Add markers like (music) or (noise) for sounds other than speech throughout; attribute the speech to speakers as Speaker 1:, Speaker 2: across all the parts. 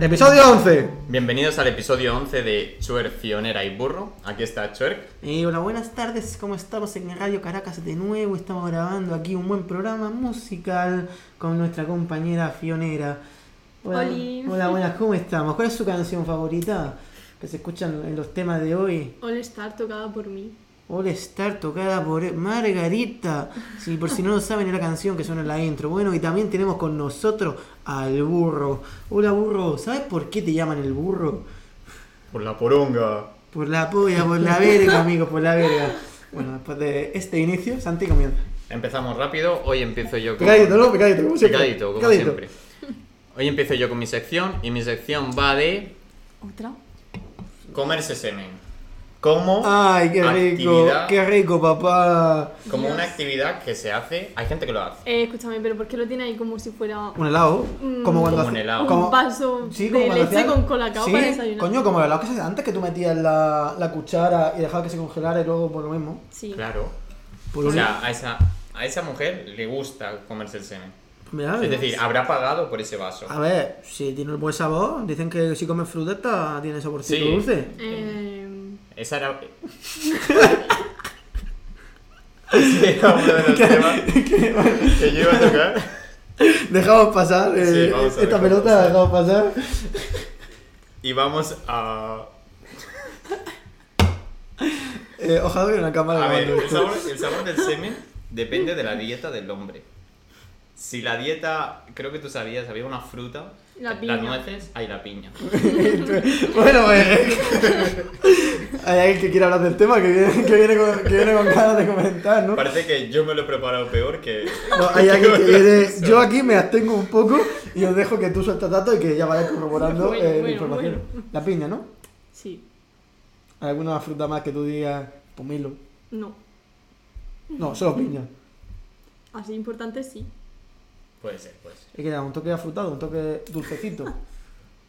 Speaker 1: Episodio 11.
Speaker 2: Bienvenidos al episodio 11 de Chuercionera y Burro. Aquí está Chuerk.
Speaker 3: Eh, hola, buenas tardes, ¿cómo estamos en Radio Caracas de nuevo? Estamos grabando aquí un buen programa musical con nuestra compañera Fionera.
Speaker 4: Oli.
Speaker 3: hola, buenas, ¿cómo estamos? ¿Cuál es su canción favorita que se escuchan en los temas de hoy?
Speaker 4: All Star tocada por mí.
Speaker 3: All Star tocada por Margarita. Sí, por si no lo saben, es la canción que suena en la intro. Bueno, y también tenemos con nosotros al burro. Hola, burro, ¿sabes por qué te llaman el burro?
Speaker 2: Por la poronga.
Speaker 3: Por la polla, por la verga, amigo, por la verga. Bueno, después de este inicio, Santi comienza.
Speaker 2: Empezamos rápido. Hoy empiezo yo con.
Speaker 1: Picadito, ¿no? Picadito, como siempre.
Speaker 2: Picadito, como
Speaker 1: Picadito.
Speaker 2: siempre. Hoy empiezo yo con mi sección y mi sección va de
Speaker 4: ¿Otra?
Speaker 2: comerse semen. Como
Speaker 3: Ay, qué rico,
Speaker 2: actividad-
Speaker 3: qué rico, papá.
Speaker 2: como una
Speaker 4: Dios.
Speaker 2: actividad que se hace. Hay gente que lo hace.
Speaker 4: Eh, escúchame, pero ¿por qué lo tiene ahí como si fuera
Speaker 3: Un helado.
Speaker 4: Mm.
Speaker 3: Ah, Como cuando
Speaker 2: Como un helado.
Speaker 4: Un vaso de
Speaker 3: cuando
Speaker 4: leche
Speaker 3: hacían-
Speaker 4: con colacao
Speaker 3: sí,
Speaker 4: para desayunar.
Speaker 3: Coño, como el helado que se hacía antes que tú metías la, la cuchara y dejabas que se congelara y luego por lo mismo.
Speaker 4: Sí.
Speaker 2: Claro.
Speaker 3: Por
Speaker 2: O
Speaker 3: un-
Speaker 2: sea, a esa, a esa mujer le gusta comerse el semen.
Speaker 3: Mirá,
Speaker 2: Es decir, habrá pagado por ese vaso.
Speaker 3: a ver, si tiene un buen sabor, dicen que si comes fruta está- tiene saborcito
Speaker 2: Sí.
Speaker 3: dulce.
Speaker 4: Eh,
Speaker 2: Esa era. (laughs) Ese era uno de los temas
Speaker 3: (laughs)
Speaker 2: que yo iba a tocar.
Speaker 3: Dejamos pasar eh,
Speaker 2: Sí, vamos a
Speaker 3: esta
Speaker 2: dejar
Speaker 3: pelota,
Speaker 2: pasar.
Speaker 3: la dejamos pasar.
Speaker 2: Y vamos a.
Speaker 3: Eh, ojalá hubiera una cámara
Speaker 2: A ver,
Speaker 3: grabando
Speaker 2: el
Speaker 3: esto.
Speaker 2: sabor, el sabor del semen depende de la dieta del hombre. Si la dieta, creo que tú sabías, había una fruta,
Speaker 4: La piña.
Speaker 2: las nueces, hay la
Speaker 3: (laughs)
Speaker 2: piña.
Speaker 3: Bueno, pues. Hay alguien que quiere hablar del tema, que viene, que viene, con, que viene con ganas de comentar, ¿no?
Speaker 2: Parece que yo me lo he preparado peor que.
Speaker 3: No, hay alguien
Speaker 2: (laughs)
Speaker 3: que viene. Yo aquí me abstengo un poco y os dejo que tú sueltas datos y que ya vayas corroborando
Speaker 4: Bueno,
Speaker 3: eh, la
Speaker 4: bueno,
Speaker 3: información. La piña, ¿no?
Speaker 4: sí.
Speaker 3: ¿Alguna fruta más que tú digas? Pomelo.
Speaker 4: No.
Speaker 3: No, solo piña.
Speaker 4: Así importante sí.
Speaker 2: Puede ser, puede ser.
Speaker 3: Es que da un toque afrutado, un toque dulcecito.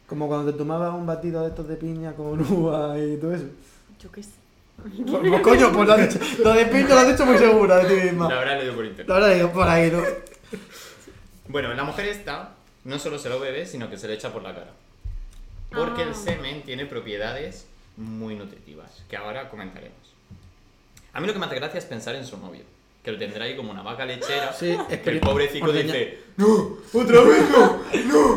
Speaker 3: Como cuando te tomabas un batido de estos de piña con uva y todo eso.
Speaker 4: Yo qué sé.
Speaker 3: Pues, pues, coño, pues lo has dicho. Lo de piña lo has dicho muy segura de ti
Speaker 2: La
Speaker 3: misma.
Speaker 2: habrá leído por internet.
Speaker 3: La verdad, digo, por ahí, ¿no?
Speaker 2: Bueno, la mujer esta no solo se lo bebe, sino que se le echa por la cara. Porque
Speaker 4: Ah.
Speaker 2: el semen tiene propiedades muy nutritivas, que ahora comentaremos. A mí lo que me hace gracia es pensar en su novio, que lo tendrá ahí como una vaca lechera,
Speaker 3: Sí, es
Speaker 2: que el
Speaker 3: que-
Speaker 2: pobrecito
Speaker 3: ordeña-
Speaker 2: dice,
Speaker 1: ¡Otra vez no!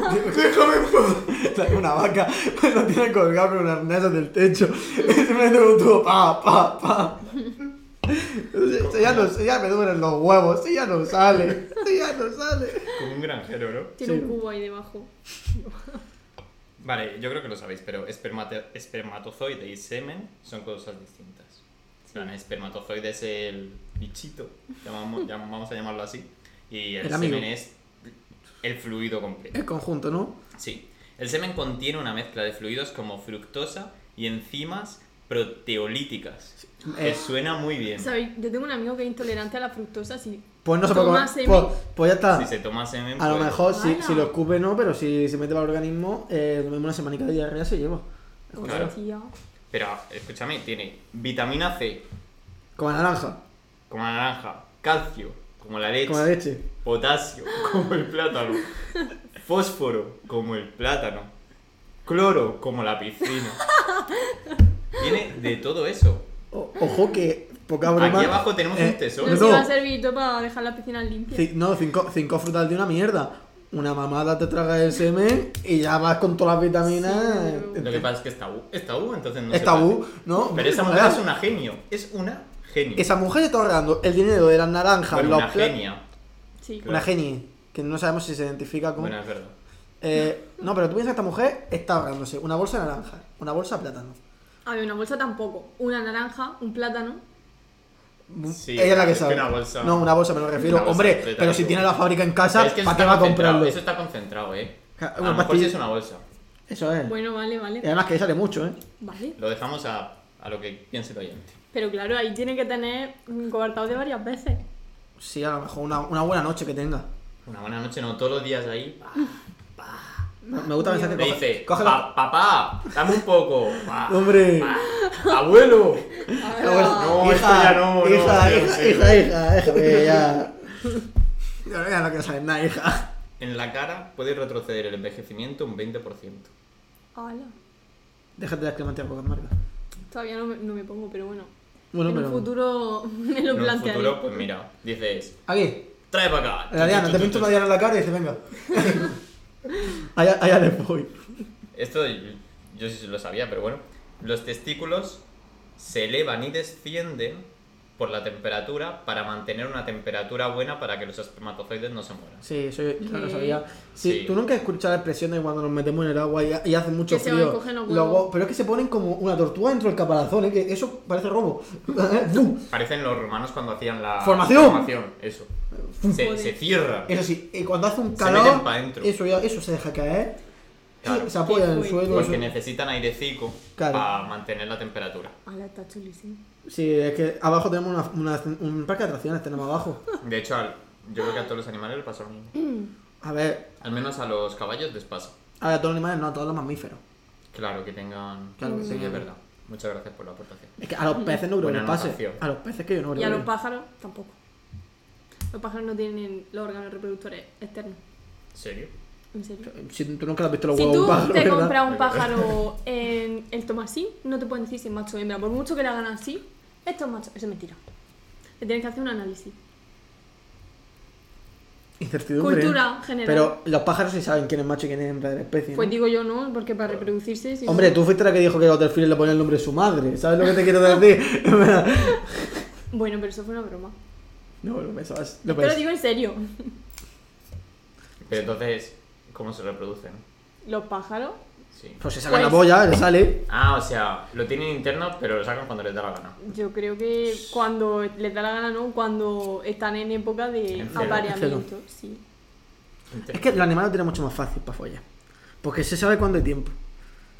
Speaker 1: ¡No! ¡Déjame en paz!
Speaker 3: Trae una vaca, (laughs) lo tiene colgado con un arnés en el techo. (laughs) Simplemente con un tubo, pa, pa, pa. Si ya, no, si ya me duelen los huevos, si ya no sale, si ya no sale.
Speaker 2: como un granjero, ¿no?
Speaker 4: Tiene
Speaker 3: Sí.
Speaker 4: un cubo ahí debajo.
Speaker 2: Vale, yo creo que lo sabéis, pero espermate- espermatozoide y semen son cosas distintas. En plan, espermatozoide es el bichito, llamamos, llam- vamos a llamarlo así, y el,
Speaker 3: El amigo.
Speaker 2: semen es el fluido completo.
Speaker 3: El conjunto, ¿no?
Speaker 2: Sí, el semen contiene una mezcla de fluidos como fructosa y enzimas proteolíticas. Que
Speaker 3: Eh,
Speaker 2: suena muy bien.
Speaker 4: ¿Sabéis? Yo tengo un amigo que es intolerante a la fructosa, sí.
Speaker 3: pues no se puede
Speaker 4: Toma
Speaker 3: comer.
Speaker 4: semen.
Speaker 3: Pues, pues ya está.
Speaker 2: Si se toma semen,
Speaker 3: A lo
Speaker 2: pues,
Speaker 3: mejor si,
Speaker 4: Bueno.
Speaker 3: si lo escupe no, pero si se mete para el organismo, eh, como una semanica de diarrea se lleva.
Speaker 2: Claro.
Speaker 4: Hostia.
Speaker 2: Pero escúchame, tiene vitamina C,
Speaker 3: Como la naranja,
Speaker 2: como la naranja, calcio, como la leche,
Speaker 3: como la leche.
Speaker 2: potasio, (laughs) como el plátano, fósforo, como el plátano, cloro, como la piscina. Tiene de todo eso.
Speaker 3: O- ojo que poca
Speaker 2: Aquí
Speaker 3: broma.
Speaker 2: abajo tenemos
Speaker 3: eh,
Speaker 2: un tesoro.
Speaker 4: No sé si
Speaker 3: no.
Speaker 4: va a servir todo para dejar la piscina limpia.
Speaker 3: Ci- No, cinco, cinco frutas de una mierda. Una mamada te traga el semen y ya vas con todas las vitaminas.
Speaker 4: Sí, pero-
Speaker 2: Lo que pasa es que es tabú. Es tabú, entonces no
Speaker 3: es
Speaker 2: se
Speaker 3: tabú, ¿no?
Speaker 2: Pero esa mujer
Speaker 3: Ahora,
Speaker 2: es una genio. Es una genio.
Speaker 3: Esa mujer está ahorrando el dinero de las naranjas.
Speaker 2: Bueno,
Speaker 3: los
Speaker 2: una
Speaker 3: pla-
Speaker 2: genia.
Speaker 4: Sí.
Speaker 3: Una genie, que no sabemos si se identifica como.
Speaker 2: Bueno, es verdad.
Speaker 3: Eh, no, pero tú piensas que esta mujer está ahorrándose una bolsa de naranjas, una bolsa de plátano.
Speaker 4: A ver, una bolsa tampoco. Una naranja, un plátano.
Speaker 2: Sí,
Speaker 3: Ella es la que
Speaker 2: es que
Speaker 3: sabe.
Speaker 2: una bolsa-
Speaker 3: No, una bolsa me lo refiero.
Speaker 2: Una bolsa
Speaker 3: Hombre,
Speaker 2: completa,
Speaker 3: pero si
Speaker 2: digo.
Speaker 3: tiene la fábrica en casa,
Speaker 2: Pero es que eso
Speaker 3: ¿para qué
Speaker 2: está
Speaker 3: va a
Speaker 2: concentrado,
Speaker 3: comprarlo? pues
Speaker 2: Eso está concentrado, eh.
Speaker 3: Ja,
Speaker 2: A
Speaker 3: una
Speaker 2: lo mejor
Speaker 3: pastilla-
Speaker 2: sí es una bolsa.
Speaker 3: Eso es.
Speaker 4: Bueno, vale, vale.
Speaker 3: Y además que ahí sale mucho, ¿eh?
Speaker 4: Vale.
Speaker 2: Lo dejamos a, a lo que piense el oyente.
Speaker 4: Pero claro, ahí tiene que tener un cobertado de varias veces.
Speaker 3: Sí, a lo mejor una, una buena noche que tenga.
Speaker 2: Una buena noche, no todos los días ahí. pa,
Speaker 3: Me me gusta pensar que
Speaker 2: Le
Speaker 3: Ah, coge,
Speaker 2: dice, "Ah,
Speaker 3: coge la-
Speaker 2: "Pa- papá, dame un
Speaker 3: (laughs)
Speaker 2: poco. pa,
Speaker 3: Hombre.
Speaker 2: pa, abuelo.
Speaker 3: Ah, bueno,
Speaker 2: ah, No, esto ya no, no,
Speaker 3: hija,
Speaker 2: cero,
Speaker 3: hija,
Speaker 2: cero.
Speaker 3: hija, hija, déjame (laughs) ya. Yo ya no quiero saber nada, hija.
Speaker 2: En la cara puede retroceder el envejecimiento un 20%.
Speaker 4: Ala.
Speaker 3: Déjate de exclamante con marca.
Speaker 4: Todavía no me, no me pongo, pero bueno.
Speaker 3: Bueno,
Speaker 4: en
Speaker 3: pero.
Speaker 4: un futuro (laughs) me
Speaker 2: En
Speaker 4: lo
Speaker 2: un
Speaker 4: plantearé.
Speaker 2: futuro, pues mira, dices,
Speaker 3: Aquí,
Speaker 2: trae para acá.
Speaker 3: la Diana, te pinto una Diana en la cara y dices, venga. (laughs) allá, allá les voy.
Speaker 2: Esto yo, yo sí lo sabía, pero bueno. Los testículos se elevan y descienden por la temperatura para mantener una temperatura buena para que los espermatozoides no se mueran.
Speaker 3: Sí, eso yo ya lo
Speaker 4: Sí.
Speaker 3: sabía. Sí,
Speaker 2: Sí.
Speaker 3: tú nunca has escuchado la expresión de cuando nos metemos en el agua y, y hace mucho
Speaker 4: Que se
Speaker 3: frío.
Speaker 4: encogen los
Speaker 3: Los
Speaker 4: huevos.
Speaker 3: huevos- pero es que se ponen como una tortuga dentro del caparazón, ¿eh? que eso parece robo. (laughs) ¡Bum!
Speaker 2: Parecen los romanos cuando hacían la
Speaker 3: Formación.
Speaker 2: eso. Se,
Speaker 4: Joder.
Speaker 2: se cierra.
Speaker 3: eso sí, y cuando hace un
Speaker 2: Se
Speaker 3: calor,
Speaker 2: meten pa' dentro.
Speaker 3: eso ya, eso se deja caer.
Speaker 2: Claro.
Speaker 3: y se apoya en el
Speaker 4: Qué
Speaker 3: suelo.
Speaker 4: fuerte.
Speaker 2: Porque
Speaker 3: eso-
Speaker 2: necesitan airecico
Speaker 3: Claro.
Speaker 2: para mantener la temperatura.
Speaker 4: Ala, está chulísimo.
Speaker 3: Sí, es que abajo tenemos una- una- un parque de atracciones, tenemos abajo.
Speaker 2: De hecho, al- yo creo que a todos los animales les pasa lo mismo.
Speaker 3: A ver,
Speaker 2: Al menos a los caballos les pasa.
Speaker 3: a ver, a todos los animales no, a todos los mamíferos.
Speaker 2: Claro que tengan.
Speaker 3: Claro que
Speaker 2: sí,
Speaker 3: tengan.
Speaker 2: es verdad. Muchas gracias por la aportación.
Speaker 3: Es que a los peces no creo que
Speaker 2: Buena
Speaker 3: les pase.
Speaker 2: anotación.
Speaker 3: A los peces que yo no creo.
Speaker 4: Mm. Y a
Speaker 3: que-
Speaker 4: los pájaros tampoco. Los pájaros no tienen los órganos reproductores externos.
Speaker 2: ¿En serio?
Speaker 4: En serio.
Speaker 3: Si tú nunca le has visto los
Speaker 4: Si
Speaker 3: huevos a
Speaker 4: tú
Speaker 3: un pájaro,
Speaker 4: te
Speaker 3: ¿verdad?
Speaker 4: compras
Speaker 3: (laughs)
Speaker 4: un pájaro en el tomasí, no te pueden decir si es macho o hembra. Por mucho que le hagan así, esto es macho. Eso es mentira. Te tienes que hacer un análisis.
Speaker 3: Incertidumbre.
Speaker 4: Cultura general.
Speaker 3: Pero los pájaros sí saben quién es macho y quién es hembra de la especie. ¿no?
Speaker 4: Pues digo yo no, porque para reproducirse... si no-
Speaker 3: Hombre, tú fuiste la que dijo que a los delfines le ponían el nombre de su madre. ¿Sabes lo que te quiero decir? (laughs)
Speaker 4: Bueno, pero eso fue una broma.
Speaker 3: no, lo pensabas. Lo
Speaker 4: Te lo
Speaker 3: pensabas.
Speaker 4: digo en serio. (laughs)
Speaker 2: Pero entonces, ¿cómo se reproducen?
Speaker 4: Los pájaros...
Speaker 2: Sí.
Speaker 3: Pues se sacan la
Speaker 4: Pues-
Speaker 3: polla, le sale.
Speaker 2: Ah, o sea, lo tienen interno, pero lo sacan cuando les da la gana.
Speaker 4: Yo creo que cuando les da la gana, ¿no? Cuando están en época de
Speaker 2: En celo, en
Speaker 4: apareamiento. Sí.
Speaker 3: Es que los animales lo tienen mucho más fácil para follar. Porque se sabe cuándo hay tiempo.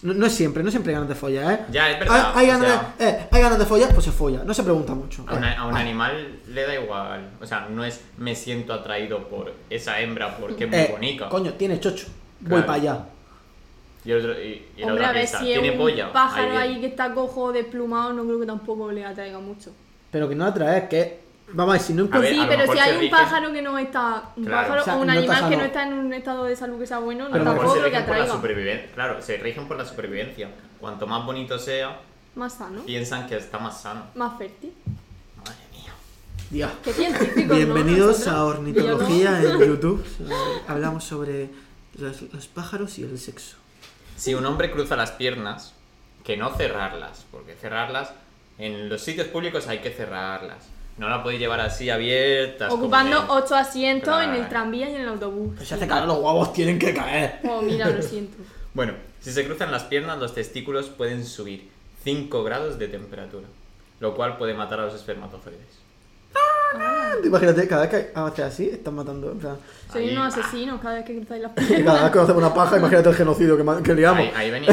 Speaker 3: No, no es siempre, no siempre hay ganas de follar, ¿eh?
Speaker 2: Ya, es verdad,
Speaker 3: Hay, hay
Speaker 2: o
Speaker 3: ganas, de- eh, hay ganas de follar, pues se folla. No se pregunta mucho.
Speaker 2: A,
Speaker 3: eh.
Speaker 2: una- a un
Speaker 3: Ah,
Speaker 2: animal le da igual. O sea, no es me siento atraído por esa hembra porque es muy
Speaker 3: eh,
Speaker 2: bonita.
Speaker 3: Coño, tiene chocho. Voy
Speaker 2: Claro.
Speaker 3: para allá.
Speaker 2: Y, el otro, y, y la
Speaker 4: Hombre,
Speaker 2: otra
Speaker 4: a ver
Speaker 2: piensa,
Speaker 4: si es
Speaker 2: tiene
Speaker 4: un
Speaker 2: polla.
Speaker 4: pájaro ahí,
Speaker 2: viene.
Speaker 4: que está cojo, desplumado, no creo que tampoco le atraiga mucho.
Speaker 3: Pero que no atrae, es que. Vamos a ver, si no encuentro.
Speaker 2: ver,
Speaker 4: sí,
Speaker 2: a lo
Speaker 4: pero
Speaker 2: mejor
Speaker 4: si
Speaker 2: se
Speaker 4: hay un
Speaker 2: rigen-
Speaker 4: pájaro que no está, un
Speaker 2: Claro.
Speaker 4: pájaro
Speaker 3: O sea,
Speaker 4: o un
Speaker 3: no está
Speaker 4: animal que
Speaker 3: sano.
Speaker 4: no está en un estado de salud que sea bueno,
Speaker 2: A
Speaker 4: no
Speaker 2: lo mejor se
Speaker 4: tampoco que
Speaker 2: rigen por la
Speaker 4: atraiga.
Speaker 2: supervivencia. Claro, se rigen por la supervivencia. Cuanto más bonito sea,
Speaker 4: Más sano,
Speaker 2: piensan que está más sano.
Speaker 4: más fértil.
Speaker 2: Madre mía.
Speaker 3: Dios.
Speaker 4: Qué científico,
Speaker 3: Bienvenidos
Speaker 4: ¿no?
Speaker 3: a
Speaker 4: Nosotros.
Speaker 3: Ornitología en YouTube. Eh, Hablamos sobre los, los pájaros y el sexo.
Speaker 2: Si un hombre cruza las piernas, que no cerrarlas, porque cerrarlas en los sitios públicos hay que cerrarlas. No la podéis llevar así abiertas. como
Speaker 4: Ocupando
Speaker 2: en-
Speaker 4: ocho asientos en el
Speaker 2: Claro.
Speaker 4: tranvía y en el autobús.
Speaker 3: Pues si hace calor, los huevos tienen que caer.
Speaker 4: Oh, mira,
Speaker 2: (laughs)
Speaker 4: lo siento.
Speaker 2: Bueno, si se cruzan las piernas, los testículos pueden subir 5 grados de temperatura, lo cual puede matar a los espermatozoides.
Speaker 3: Imagínate, cada vez que haces así, están matando. en plan,
Speaker 4: Soy
Speaker 2: Ahí
Speaker 4: unos
Speaker 2: va.
Speaker 4: asesinos cada vez que cruzáis las
Speaker 3: y cada vez
Speaker 4: piernas.
Speaker 3: que hacemos una paja, imagínate el genocidio que, ma- que liamos.
Speaker 2: Ahí, ahí venía.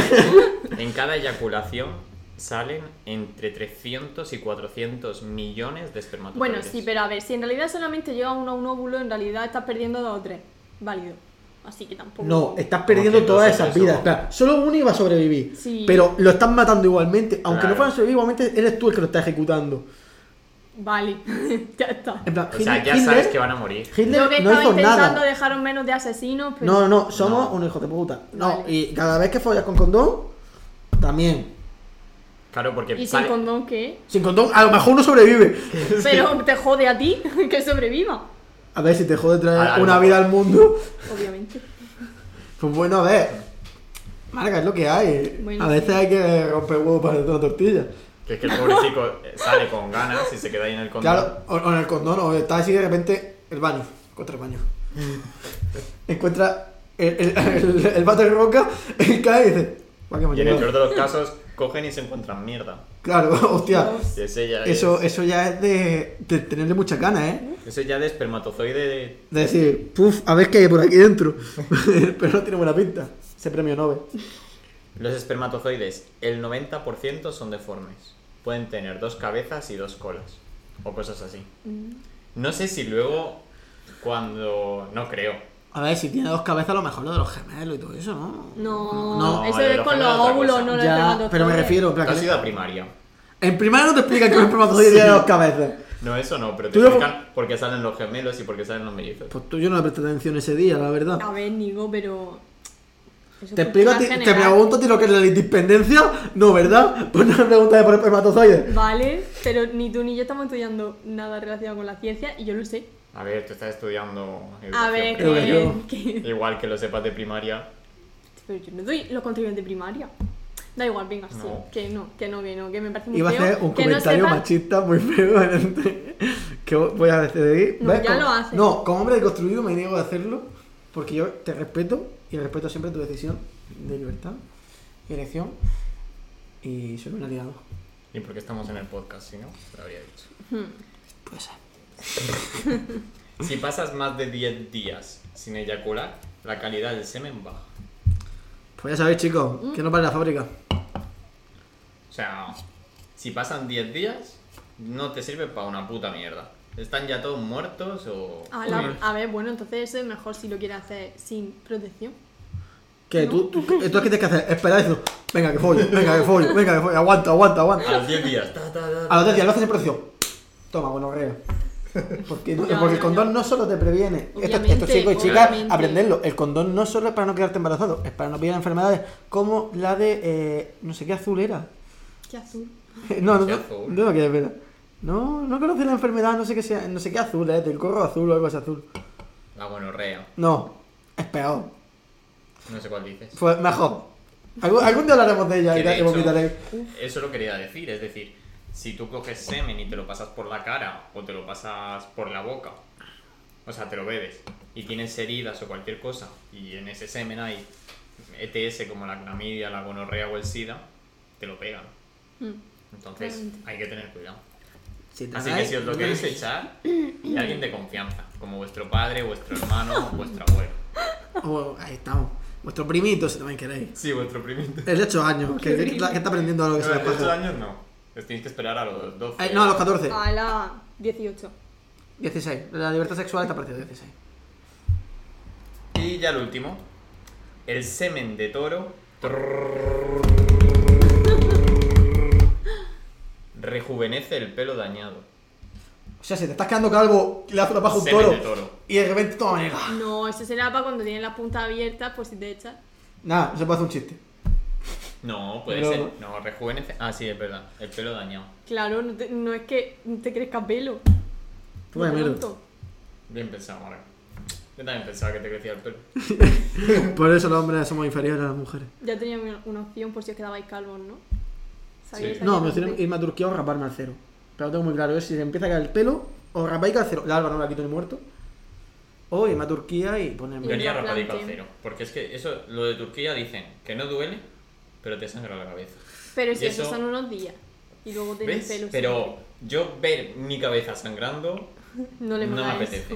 Speaker 2: En cada eyaculación salen entre 300 y 400 millones de espermatozoides.
Speaker 3: Pues,
Speaker 4: Bueno, sí, pero a ver, si en realidad solamente llega uno a un óvulo, en realidad estás perdiendo dos o tres. Válido. Así que tampoco.
Speaker 3: No, estás perdiendo
Speaker 2: Como que
Speaker 3: todas
Speaker 2: entonces
Speaker 3: esas
Speaker 2: eso-
Speaker 3: vidas. Espera, solo uno iba a sobrevivir.
Speaker 4: Sí.
Speaker 3: Pero lo están matando igualmente. Aunque no
Speaker 2: Claro.
Speaker 3: fueran a sobrevivir, igualmente eres tú el que lo está ejecutando.
Speaker 4: Vale, (laughs) ya está.
Speaker 3: En plan,
Speaker 2: O sea,
Speaker 3: Hitler-
Speaker 2: ya sabes que van a morir.
Speaker 3: Hitler
Speaker 4: Yo que
Speaker 3: no
Speaker 4: estaba
Speaker 3: hizo
Speaker 4: intentando
Speaker 3: nada.
Speaker 4: dejaros menos de asesinos, pero.
Speaker 3: No, no, no, somos
Speaker 2: No.
Speaker 3: unos hijos de puta. No,
Speaker 4: Vale.
Speaker 3: y cada vez que follas con condón, también.
Speaker 2: Claro, porque
Speaker 4: ¿Y sin
Speaker 2: sale-
Speaker 4: condón qué?
Speaker 3: (laughs) Sin condón, a lo mejor no sobrevive.
Speaker 4: Pero te jode a ti (laughs) que sobreviva,
Speaker 3: A ver si te jode traer
Speaker 2: A- a lo
Speaker 3: una
Speaker 2: mejor.
Speaker 3: vida al mundo.
Speaker 4: obviamente.
Speaker 3: Pues bueno, a ver. Marca, es lo que hay.
Speaker 4: Bueno,
Speaker 3: a veces
Speaker 4: sí.
Speaker 3: hay que romper huevo para hacer una tortilla.
Speaker 2: que es que el pobre
Speaker 4: (laughs)
Speaker 2: chico eh, sale con ganas y se queda ahí en el condón.
Speaker 3: Claro, o, o en el condón, o estás así de repente, el baño. Encuentra el baño.
Speaker 2: Mm.
Speaker 3: Encuentra el, el, el, el vato de roca y cae y dice. "Va, que me
Speaker 2: Y en el
Speaker 3: lleva".
Speaker 2: peor de los casos, cogen y se encuentran mierda.
Speaker 3: Claro, (laughs) hostia.
Speaker 4: Dios.
Speaker 2: Y ese ya
Speaker 3: Eso,
Speaker 2: es,
Speaker 3: eso ya es de, de tenerle muchas ganas, ¿eh?
Speaker 2: Eso ya de espermatozoide
Speaker 3: De decir, puf, a ver qué hay por aquí dentro. (laughs) Pero no tiene buena pinta. Ese premio Nobel.
Speaker 2: Los espermatozoides, el 90% son deformes. Pueden tener dos cabezas y dos colas. O cosas así.
Speaker 4: Mm.
Speaker 2: No sé si luego, cuando... No creo.
Speaker 3: A ver, si tiene dos cabezas, a lo mejor lo de los gemelos y todo eso, ¿no?
Speaker 4: No,
Speaker 3: No,
Speaker 4: eso
Speaker 2: vale,
Speaker 4: es
Speaker 2: pero
Speaker 4: con
Speaker 2: ojalá
Speaker 4: los
Speaker 2: otra
Speaker 4: óvulos,
Speaker 2: cosa.
Speaker 4: no los
Speaker 3: ya,
Speaker 4: espermatozoides.
Speaker 3: pero me refiero, en
Speaker 2: Tú
Speaker 3: plan.
Speaker 2: has
Speaker 3: que-
Speaker 2: ido a primaria.
Speaker 3: En primaria no te
Speaker 2: (laughs)
Speaker 3: explican que un espermatozoide tiene dos cabezas.
Speaker 2: No, eso no, pero te
Speaker 3: Tú luego-
Speaker 2: explican por qué salen los gemelos y por qué salen los mellizos.
Speaker 3: Pues tú yo no le presté atención ese día, la verdad.
Speaker 4: A ver, Nico, pero. eso
Speaker 3: Te
Speaker 4: es
Speaker 3: explico,
Speaker 4: cultura
Speaker 3: a ti- te
Speaker 4: general.
Speaker 3: pregunto a ti lo que es la independencia, no, ¿verdad? Pues no me preguntas de por espermatozoides.
Speaker 4: Vale, pero ni tú ni yo estamos estudiando nada relacionado con la ciencia y yo lo sé.
Speaker 2: A ver, tú estás estudiando educación
Speaker 4: A ver,
Speaker 3: Creo
Speaker 2: primaria.
Speaker 4: que,
Speaker 3: yo.
Speaker 4: que-
Speaker 2: Igual que lo sepas de primaria.
Speaker 4: Pero yo no doy los contenidos de primaria. Da igual, venga, sí.
Speaker 2: No.
Speaker 4: Que no, que no, que no, que me parece muy
Speaker 3: Iba a
Speaker 4: feo.
Speaker 3: hacer un
Speaker 4: que no
Speaker 3: comentario
Speaker 4: sepa-
Speaker 3: machista muy feo. en este- que voy a decidir.
Speaker 4: No, ya
Speaker 3: Como-
Speaker 4: lo haces.
Speaker 3: No, como hombre deconstruido me niego a hacerlo porque yo te respeto y respeto siempre tu decisión de libertad y elección. Y soy un aliado.
Speaker 2: ¿Y por qué estamos en el podcast si no? Te lo había dicho.
Speaker 4: Hmm,
Speaker 3: Pues
Speaker 2: Si pasas más de 10 días sin eyacular, la calidad del semen baja.
Speaker 3: Pues ya sabéis, chicos,
Speaker 4: Mm.
Speaker 3: que no para la fábrica.
Speaker 2: O sea, si pasan 10 días, no te sirve para una puta mierda. Están ya todos muertos o...
Speaker 4: A, la- a ver, bueno, entonces eso es mejor si lo quieres hacer sin protección.
Speaker 3: Que tú, tú, tú es que tienes que hacer, esperar eso. Venga, que follo, venga, que follo, venga, que follo, aguanta, aguanta, aguanta.
Speaker 2: A los 10 días. ta, ta, ta,
Speaker 3: A los 10 días lo haces en precio. Toma, bueno,
Speaker 4: (laughs)
Speaker 3: creo. Porque,
Speaker 4: Ya,
Speaker 3: porque el
Speaker 4: ya,
Speaker 3: condón
Speaker 4: ya.
Speaker 3: no solo te previene. Esto,
Speaker 4: Obviamente,
Speaker 3: esto, chicos y chicas,
Speaker 4: obviamente.
Speaker 3: aprendedlo. El condón no solo es para no quedarte embarazado, es para no pillar enfermedades como la de. eh, no sé qué azul era. (laughs)
Speaker 4: Qué azul.
Speaker 3: No, no,
Speaker 2: ¿Qué
Speaker 3: no,
Speaker 2: azul?
Speaker 3: no, que es verdad. No, no conoces la enfermedad, no sé qué sea, no sé qué azul, eh, del corro azul o algo así azul.
Speaker 2: La gonorrea.
Speaker 3: No, es peor.
Speaker 2: No sé cuál dices.
Speaker 3: Fue mejor. Algún, algún día hablaremos de ella
Speaker 2: Que
Speaker 3: y te
Speaker 2: de
Speaker 3: te vomitaré.
Speaker 2: hecho, Eso lo quería decir, es decir, si tú coges semen y te lo pasas por la cara o te lo pasas por la boca, o sea, te lo bebes y tienes heridas o cualquier cosa, y en ese semen hay ETS como la clamidia, la gonorrea o el SIDA, te lo pegan.
Speaker 4: Mm.
Speaker 2: Entonces
Speaker 4: Claramente.
Speaker 2: hay que tener cuidado.
Speaker 3: Si te
Speaker 2: Así
Speaker 3: da-
Speaker 2: que si os lo queréis echar, y alguien de confianza, como vuestro padre, vuestro hermano o vuestro abuelo.
Speaker 3: Oh, ahí estamos. Vuestro primito, si también queréis.
Speaker 2: Sí, vuestro primito.
Speaker 3: El de 8 años, que, que, está- que está aprendiendo lo que se le
Speaker 2: ocho
Speaker 3: pasa.
Speaker 2: años no. Les tienes que esperar a los 12.
Speaker 3: Eh, no, a los 14.
Speaker 4: A la 18.
Speaker 3: 16. La libertad sexual está a partir de 16.
Speaker 2: Y ya el último. El semen de toro. rejuvenece el pelo dañado.
Speaker 3: O sea, si te estás quedando calvo, le haces la paja a un
Speaker 2: Semen
Speaker 3: toro,
Speaker 2: de toro.
Speaker 3: y de repente toma nega.
Speaker 4: No, eso será para cuando tienen la punta abierta, pues si te echas.
Speaker 3: Nada, no se puede hacer un chiste.
Speaker 2: No, puede
Speaker 3: No.
Speaker 2: ser. No, rejuvenece. Ah, sí, es verdad. El pelo dañado.
Speaker 4: Claro, no, te- no es que te crezca pelo.
Speaker 3: Tú me
Speaker 4: No
Speaker 3: miro.
Speaker 4: tanto.
Speaker 2: Bien pensado, Mara. Yo también pensaba que te crecía el pelo.
Speaker 3: Por eso los hombres somos inferiores a las mujeres.
Speaker 4: Ya tenía una- una opción por si os quedabais calvos, ¿no?
Speaker 2: Sí.
Speaker 3: No, me gustaría irme a Turquía o raparme al cero. Pero lo tengo muy claro, yo si se empieza a caer el pelo, o rapáis al cero. La barba no me la quito ni muerto. O irme a Turquía y
Speaker 2: Yo
Speaker 3: ponerme.
Speaker 4: Y-
Speaker 2: haría
Speaker 4: lo
Speaker 2: rapadico al
Speaker 4: planteen.
Speaker 2: cero. Porque es que eso, lo de Turquía dicen que no duele, pero te sangra la cabeza.
Speaker 4: Pero si
Speaker 2: Y
Speaker 4: eso...
Speaker 2: eso-
Speaker 4: son unos días. Y luego tenéis
Speaker 2: ¿Ves?
Speaker 4: pelo.
Speaker 2: Pero yo ver mi cabeza sangrando
Speaker 4: siempre. No le
Speaker 2: no me
Speaker 4: mola eso.
Speaker 2: apetece.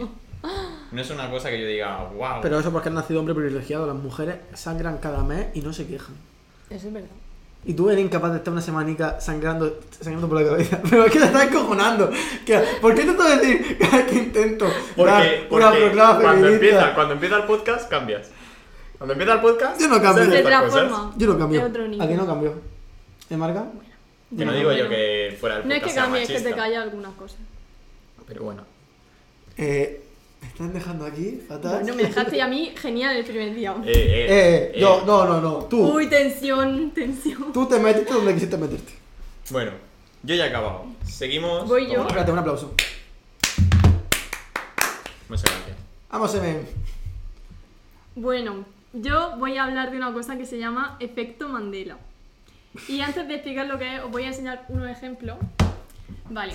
Speaker 2: No es una cosa que yo diga, wow.
Speaker 3: Pero eso porque han nacido hombre privilegiado. Las mujeres sangran cada mes y no se quejan.
Speaker 4: Eso es verdad.
Speaker 3: Y tú eres incapaz de estar una semanica sangrando, sangrando por la cabeza. (laughs) Pero es que te estás encojonando. Que- ¿Por qué intento decir (laughs) cada que intento dar
Speaker 2: Porque,
Speaker 3: una
Speaker 2: porque
Speaker 3: proclama
Speaker 2: cuando
Speaker 3: feminista?
Speaker 2: empieza, cuando empieza el podcast, cambias. Cuando empieza el podcast,
Speaker 3: Yo no cambio.
Speaker 2: ¿sabes
Speaker 4: Se
Speaker 2: otras
Speaker 4: transforma.
Speaker 2: cosas?
Speaker 3: Yo no cambio. ¿Eh,
Speaker 4: Es otro niño.
Speaker 3: ¿A qué no cambió? ¿De marca?
Speaker 2: Que no digo yo que fuera el
Speaker 4: No
Speaker 2: podcast.
Speaker 4: es que
Speaker 2: sea
Speaker 4: cambie, es que
Speaker 2: machista.
Speaker 4: te calla algunas cosas.
Speaker 2: Pero bueno.
Speaker 3: Eh, ¿Me están dejando aquí? Fatal.
Speaker 4: Bueno, me dejaste y a mí genial el primer día.
Speaker 2: Eh, eh,
Speaker 3: Eh,
Speaker 2: eh.
Speaker 3: yo, no, no, no. Tú.
Speaker 4: Uy, tensión, tensión.
Speaker 3: Tú te metiste donde quisiste meterte.
Speaker 2: Bueno, yo ya he acabado. Seguimos.
Speaker 4: Voy
Speaker 2: con-
Speaker 4: yo.
Speaker 3: Espérate, un aplauso.
Speaker 2: Muchas gracias.
Speaker 3: Vamos, Semen.
Speaker 4: Bueno, yo voy a hablar de una cosa que se llama efecto Mandela. Y antes de explicar lo que es, os voy a enseñar unos ejemplos. Vale.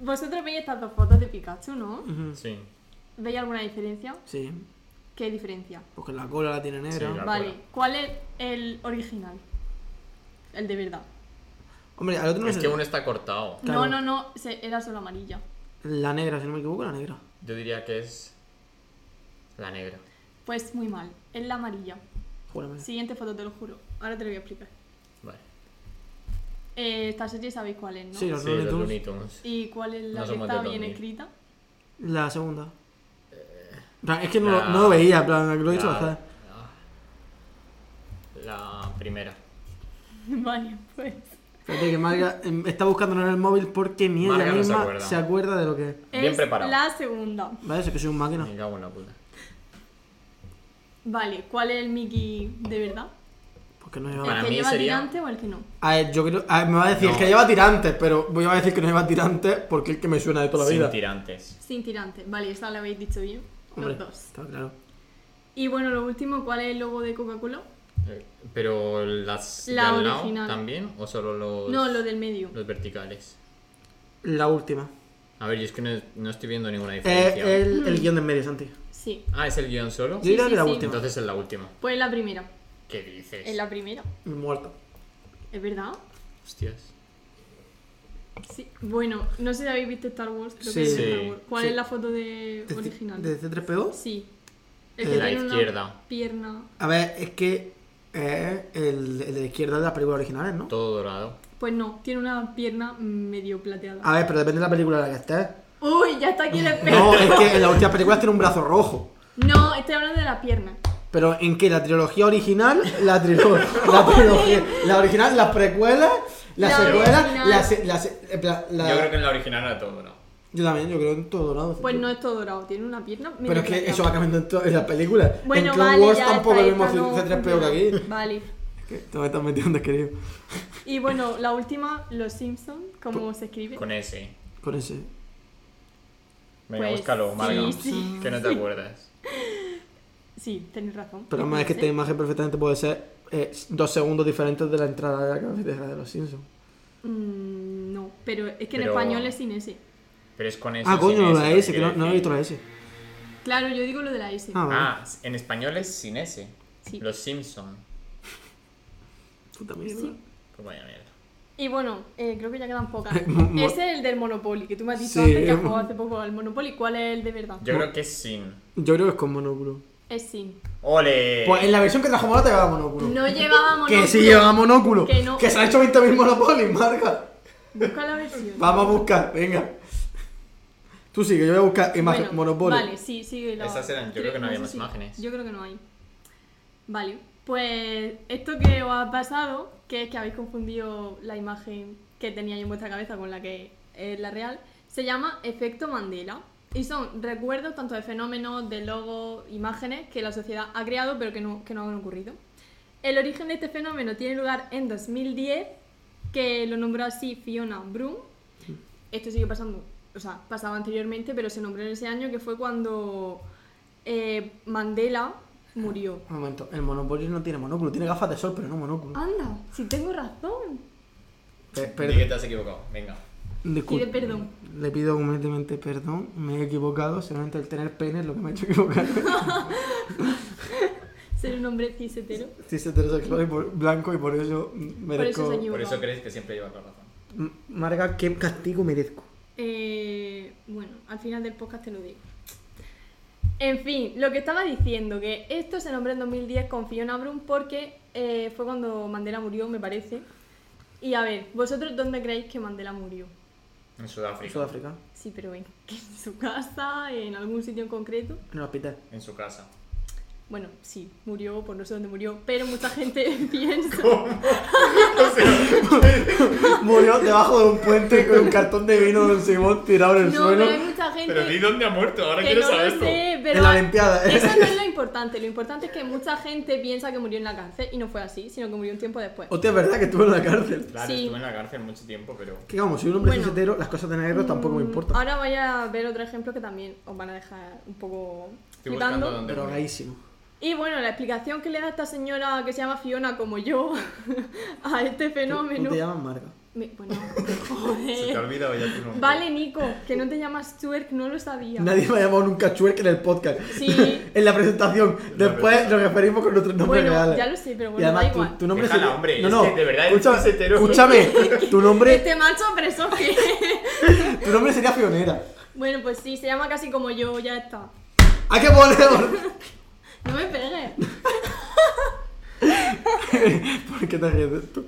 Speaker 4: Vosotros veis estas dos fotos de Pikachu, ¿no?
Speaker 2: Sí.
Speaker 4: ¿Veis alguna diferencia?
Speaker 3: Sí,
Speaker 4: ¿Qué diferencia?
Speaker 3: porque la cola la tiene negra.
Speaker 2: Sí, la-
Speaker 4: Vale,
Speaker 2: cola.
Speaker 4: ¿cuál es el original? El de verdad.
Speaker 3: Hombre, al otro no
Speaker 2: Es
Speaker 3: sé.
Speaker 2: que uno está cortado.
Speaker 3: Claro.
Speaker 4: No, no, no, se- era solo amarilla.
Speaker 3: La negra, si no me equivoco, la negra.
Speaker 2: Yo diría que es la negra.
Speaker 4: Pues muy mal, es la amarilla.
Speaker 3: Júrame.
Speaker 4: Siguiente foto, te lo juro. Ahora te lo voy a explicar.
Speaker 2: Vale.
Speaker 4: Eh, esta serie sabéis cuál es, ¿no?
Speaker 3: Sí, los
Speaker 2: Sí,
Speaker 3: Looney
Speaker 2: los
Speaker 3: Tunes.
Speaker 2: Looney Tunes.
Speaker 4: ¿Y cuál es la
Speaker 2: No
Speaker 4: que
Speaker 2: somos
Speaker 4: está
Speaker 2: de
Speaker 4: bien
Speaker 2: Tony.
Speaker 4: escrita? (laughs)
Speaker 3: La segunda.
Speaker 2: Eh,
Speaker 3: En plan, Es que no, lo-
Speaker 2: la-
Speaker 3: no lo veía, en plan, lo he dicho
Speaker 2: la,
Speaker 3: hasta.
Speaker 2: la primera.
Speaker 4: Vale, pues.
Speaker 3: Fíjate que Marga em, está buscando en el móvil porque ni ella
Speaker 2: Marga no se
Speaker 3: misma
Speaker 2: acuerda.
Speaker 3: se acuerda de lo que es.
Speaker 2: Bien
Speaker 4: es
Speaker 2: preparado.
Speaker 4: La segunda.
Speaker 3: Vale, eso que soy un máquina.
Speaker 2: Me cago en la puta.
Speaker 4: Vale, ¿cuál es el Mickey de verdad?
Speaker 3: Porque no
Speaker 4: ¿El
Speaker 3: lleva.
Speaker 2: Para
Speaker 4: que
Speaker 2: mí
Speaker 4: lleva
Speaker 2: sería-
Speaker 4: tirante o el que no?
Speaker 3: A ver, yo creo. a ver, me va a decir el
Speaker 2: No.
Speaker 3: que lleva tirantes, pero voy a decir que no lleva tirantes porque es el que me suena de toda la
Speaker 2: Sin
Speaker 3: vida.
Speaker 2: tirantes.
Speaker 4: Sin tirante. Vale, esta la habéis dicho bien.
Speaker 3: Hombre,
Speaker 4: Los dos.
Speaker 3: Está claro.
Speaker 4: Y bueno, lo último, ¿cuál es el logo de Coca-Cola?
Speaker 2: Eh, Pero las
Speaker 4: La
Speaker 2: de al lado
Speaker 4: original.
Speaker 2: también o solo los,
Speaker 4: No, lo del medio.
Speaker 2: los verticales.
Speaker 3: La última.
Speaker 2: A ver, yo es que no, no estoy viendo ninguna
Speaker 3: Eh,
Speaker 2: diferencia.
Speaker 3: el,
Speaker 4: Mm.
Speaker 3: el guión de en medio, Santi.
Speaker 4: Sí.
Speaker 2: Ah, es el guión solo.
Speaker 3: Yo diría
Speaker 4: sí,
Speaker 3: que la
Speaker 4: sí.
Speaker 3: última.
Speaker 2: Entonces es la última.
Speaker 4: Pues la primera.
Speaker 2: ¿Qué dices?
Speaker 4: Es la primera.
Speaker 3: Muerto.
Speaker 4: ¿Es verdad?
Speaker 2: Hostias.
Speaker 4: Sí. Bueno, no sé si habéis visto Star Wars, creo
Speaker 3: Sí.
Speaker 4: que es
Speaker 2: Sí.
Speaker 4: Star Wars. ¿Cuál
Speaker 3: Sí.
Speaker 4: es la foto de
Speaker 3: ¿De
Speaker 4: original?
Speaker 3: de C3PO?
Speaker 4: Sí.
Speaker 3: Eh,
Speaker 2: la
Speaker 4: una
Speaker 2: izquierda.
Speaker 4: pierna.
Speaker 3: A ver, es que eh, el, el de la izquierda de las películas originales, ¿no?
Speaker 2: Todo dorado.
Speaker 4: Pues no, tiene una pierna medio plateada.
Speaker 3: A ver, pero depende de la película en la que estés.
Speaker 4: Uy, ya está aquí el espejo.
Speaker 3: Ah. No, es que en las últimas películas tiene un brazo rojo.
Speaker 4: No, estoy hablando de la pierna.
Speaker 3: Pero en que la trilogía original, la, trilo-
Speaker 4: (laughs)
Speaker 3: la trilogía, la original, las precuelas, las
Speaker 4: La
Speaker 3: secuelas,
Speaker 4: original.
Speaker 3: las... se- las se- en plan, la-
Speaker 2: Yo creo que en la original era todo dorado.
Speaker 3: Yo también, yo creo en todo dorado.
Speaker 4: Pues no es todo dorado, tiene una pierna medio
Speaker 3: Pero es que
Speaker 4: plateada.
Speaker 3: eso va cambiando en, to- en las películas.
Speaker 4: Bueno,
Speaker 3: en Clone
Speaker 4: vale,
Speaker 3: Wars
Speaker 4: ya
Speaker 3: tampoco es el mismo
Speaker 4: está, esta no
Speaker 3: C3PO que
Speaker 4: funciona.
Speaker 3: aquí.
Speaker 4: Vale.
Speaker 3: Que Te me estás metiendo, querido.
Speaker 4: Y bueno, la última, Los Simpsons, ¿cómo se escribe?
Speaker 2: Con ese.
Speaker 3: Con ese.
Speaker 2: Venga,
Speaker 4: Pues
Speaker 2: búscalo, Marga.
Speaker 4: sí, sí.
Speaker 2: Que no te acuerdas.
Speaker 4: Sí, tenéis razón.
Speaker 3: Pero además es que esta
Speaker 4: Entonces,
Speaker 3: imagen perfectamente puede ser eh, dos segundos diferentes de la entrada de la cafetería de los Simpsons.
Speaker 4: mm, no, pero es que en
Speaker 2: Pero-
Speaker 4: español es sin S.
Speaker 2: Pero es con ese.
Speaker 3: Ah,
Speaker 2: sin
Speaker 3: coño,
Speaker 2: ese,
Speaker 3: la
Speaker 2: porque
Speaker 3: S, que no,
Speaker 2: quiere
Speaker 3: no he
Speaker 2: decir-
Speaker 3: visto la S.
Speaker 4: Claro, yo digo lo de la S.
Speaker 3: Ah, vale.
Speaker 2: Ah, en español es sin ese.
Speaker 4: Sí.
Speaker 2: Los Simpson.
Speaker 3: Puta mierda.
Speaker 4: Sí.
Speaker 2: Pues vaya mierda.
Speaker 4: Y bueno, eh, creo que ya quedan pocas.
Speaker 3: (laughs) Mo-
Speaker 4: Ese es el del Monopoly, que tú me has dicho
Speaker 3: Sí.
Speaker 4: antes que has jugado hace poco al Monopoly. ¿Cuál es el de verdad?
Speaker 2: Yo creo que es sin.
Speaker 3: Yo creo que es con monóculo.
Speaker 4: Es sin.
Speaker 2: ¡Ole!
Speaker 3: Pues en la versión que trajo Mora te llevaba monóculo.
Speaker 4: No llevaba monóculo.
Speaker 3: Que sí llevaba monóculo.
Speaker 4: Que no.
Speaker 3: se han hecho 20.000 monopolios, marca.
Speaker 4: Busca la versión.
Speaker 3: Vamos a buscar, venga. Tú sigue, yo voy a buscar imagen
Speaker 4: Bueno,
Speaker 3: monopolio.
Speaker 4: Vale, sí, sí. la-
Speaker 2: Esas eran- yo creo que no había más imágenes.
Speaker 4: Yo creo que no hay. Vale, pues esto que os ha pasado, que es que habéis confundido la imagen que tenía yo en vuestra cabeza con la que es la real, se llama efecto Mandela. Y son recuerdos tanto de fenómenos, de logos, imágenes que la sociedad ha creado pero que no, que no han ocurrido. El origen de este fenómeno tiene lugar en 2010, que lo nombró así Fiona Broom, esto sigue pasando, o sea, pasaba anteriormente, pero se nombró en ese año que fue cuando eh, Mandela murió.
Speaker 3: Un momento, el monopolio no tiene monóculo, tiene gafas de sol, pero no monóculo.
Speaker 4: Anda, si tengo razón.
Speaker 3: Pe-
Speaker 2: Di que
Speaker 3: perdón.
Speaker 2: te has equivocado. Venga.
Speaker 3: Discul-
Speaker 4: Pide perdón.
Speaker 3: Le pido humildemente perdón, me he equivocado, seguramente el tener pene es lo que me ha hecho equivocar. (laughs)
Speaker 4: Ser un hombre cis hetero.
Speaker 3: Sí, es heterosexual y por- blanco y por eso mm, merezco...
Speaker 4: soy yo.
Speaker 2: Por eso
Speaker 4: Equivocado.
Speaker 2: crees que siempre llevas la razón.
Speaker 3: M- Marga, ¿qué castigo merezco?
Speaker 4: Eh, bueno, al final del podcast te lo digo. En fin, lo que estaba diciendo, que esto se nombró en 2010 con Fiona Brum porque eh, fue cuando Mandela murió, me parece. Y a ver, ¿vosotros dónde creéis que Mandela murió?
Speaker 2: En Sudáfrica.
Speaker 3: En
Speaker 4: (laughs)
Speaker 3: Sudáfrica,
Speaker 4: Sí, pero en, en su casa, en algún sitio en concreto.
Speaker 3: en el hospital.
Speaker 2: En su
Speaker 4: (laughs)
Speaker 2: casa. (laughs)
Speaker 4: Bueno, sí, murió, por no sé dónde murió, pero mucha gente
Speaker 2: (laughs)
Speaker 4: (laughs) piensa.
Speaker 3: Murió debajo de un puente con un cartón de vino de Don Simón tirado en el
Speaker 4: No,
Speaker 3: suelo.
Speaker 4: pero hay mucha gente
Speaker 2: Pero di dónde ha muerto, ahora
Speaker 4: que
Speaker 2: quiero
Speaker 4: no lo
Speaker 2: saberlo.
Speaker 4: sé, pero
Speaker 3: En la Olimpiada. (laughs)
Speaker 4: eso no es lo importante, lo importante es que mucha gente piensa que murió en la cárcel y no fue así, sino que murió un tiempo después.
Speaker 3: Hostia, es verdad que estuve en la cárcel.
Speaker 2: Claro,
Speaker 4: Sí.
Speaker 2: estuve en la cárcel mucho tiempo, pero.
Speaker 3: Que vamos, soy un hombre
Speaker 4: Bueno.
Speaker 3: cisetero, las cosas de negro tampoco me
Speaker 4: Mm,
Speaker 3: importan.
Speaker 4: Ahora voy a ver otro ejemplo que también os van a dejar un poco
Speaker 2: Estoy buscando
Speaker 4: flipando.
Speaker 2: dónde.
Speaker 3: Pero
Speaker 4: (laughs)
Speaker 3: gaísimo.
Speaker 4: Y bueno, la explicación que le da esta señora que se llama Fiona como yo (laughs) a este
Speaker 3: Tú-
Speaker 4: fenómeno.
Speaker 3: Tú te llamas Marga.
Speaker 4: Me- bueno, (laughs)
Speaker 2: Se te ha
Speaker 4: joder.
Speaker 2: olvidado ya tu nombre.
Speaker 4: Vale, Nico, que no te llamas Stuart, no lo sabía.
Speaker 3: Nadie me ha llamado nunca Chuerk en el podcast.
Speaker 4: Sí.
Speaker 3: (laughs) en la presentación. Después (laughs) nos referimos con nuestros nombres
Speaker 4: Bueno,
Speaker 3: reales.
Speaker 4: ya lo sé, pero
Speaker 3: y
Speaker 4: bueno, da
Speaker 3: además,
Speaker 4: igual.
Speaker 3: tu, tu nombre
Speaker 2: Déjala,
Speaker 3: es-
Speaker 2: hombre,
Speaker 3: No,
Speaker 2: es
Speaker 3: no.
Speaker 2: que de verdad es
Speaker 3: escúchame,
Speaker 2: cisetero. (laughs)
Speaker 3: escúchame, tu nombre,
Speaker 4: Este macho preso que.
Speaker 3: tu nombre sería Fionera.
Speaker 4: (laughs) bueno, pues sí, se llama casi como yo, ya está.
Speaker 3: Hay que poner.
Speaker 4: No me pegues.
Speaker 3: (laughs) ¿Por qué te ríes de esto?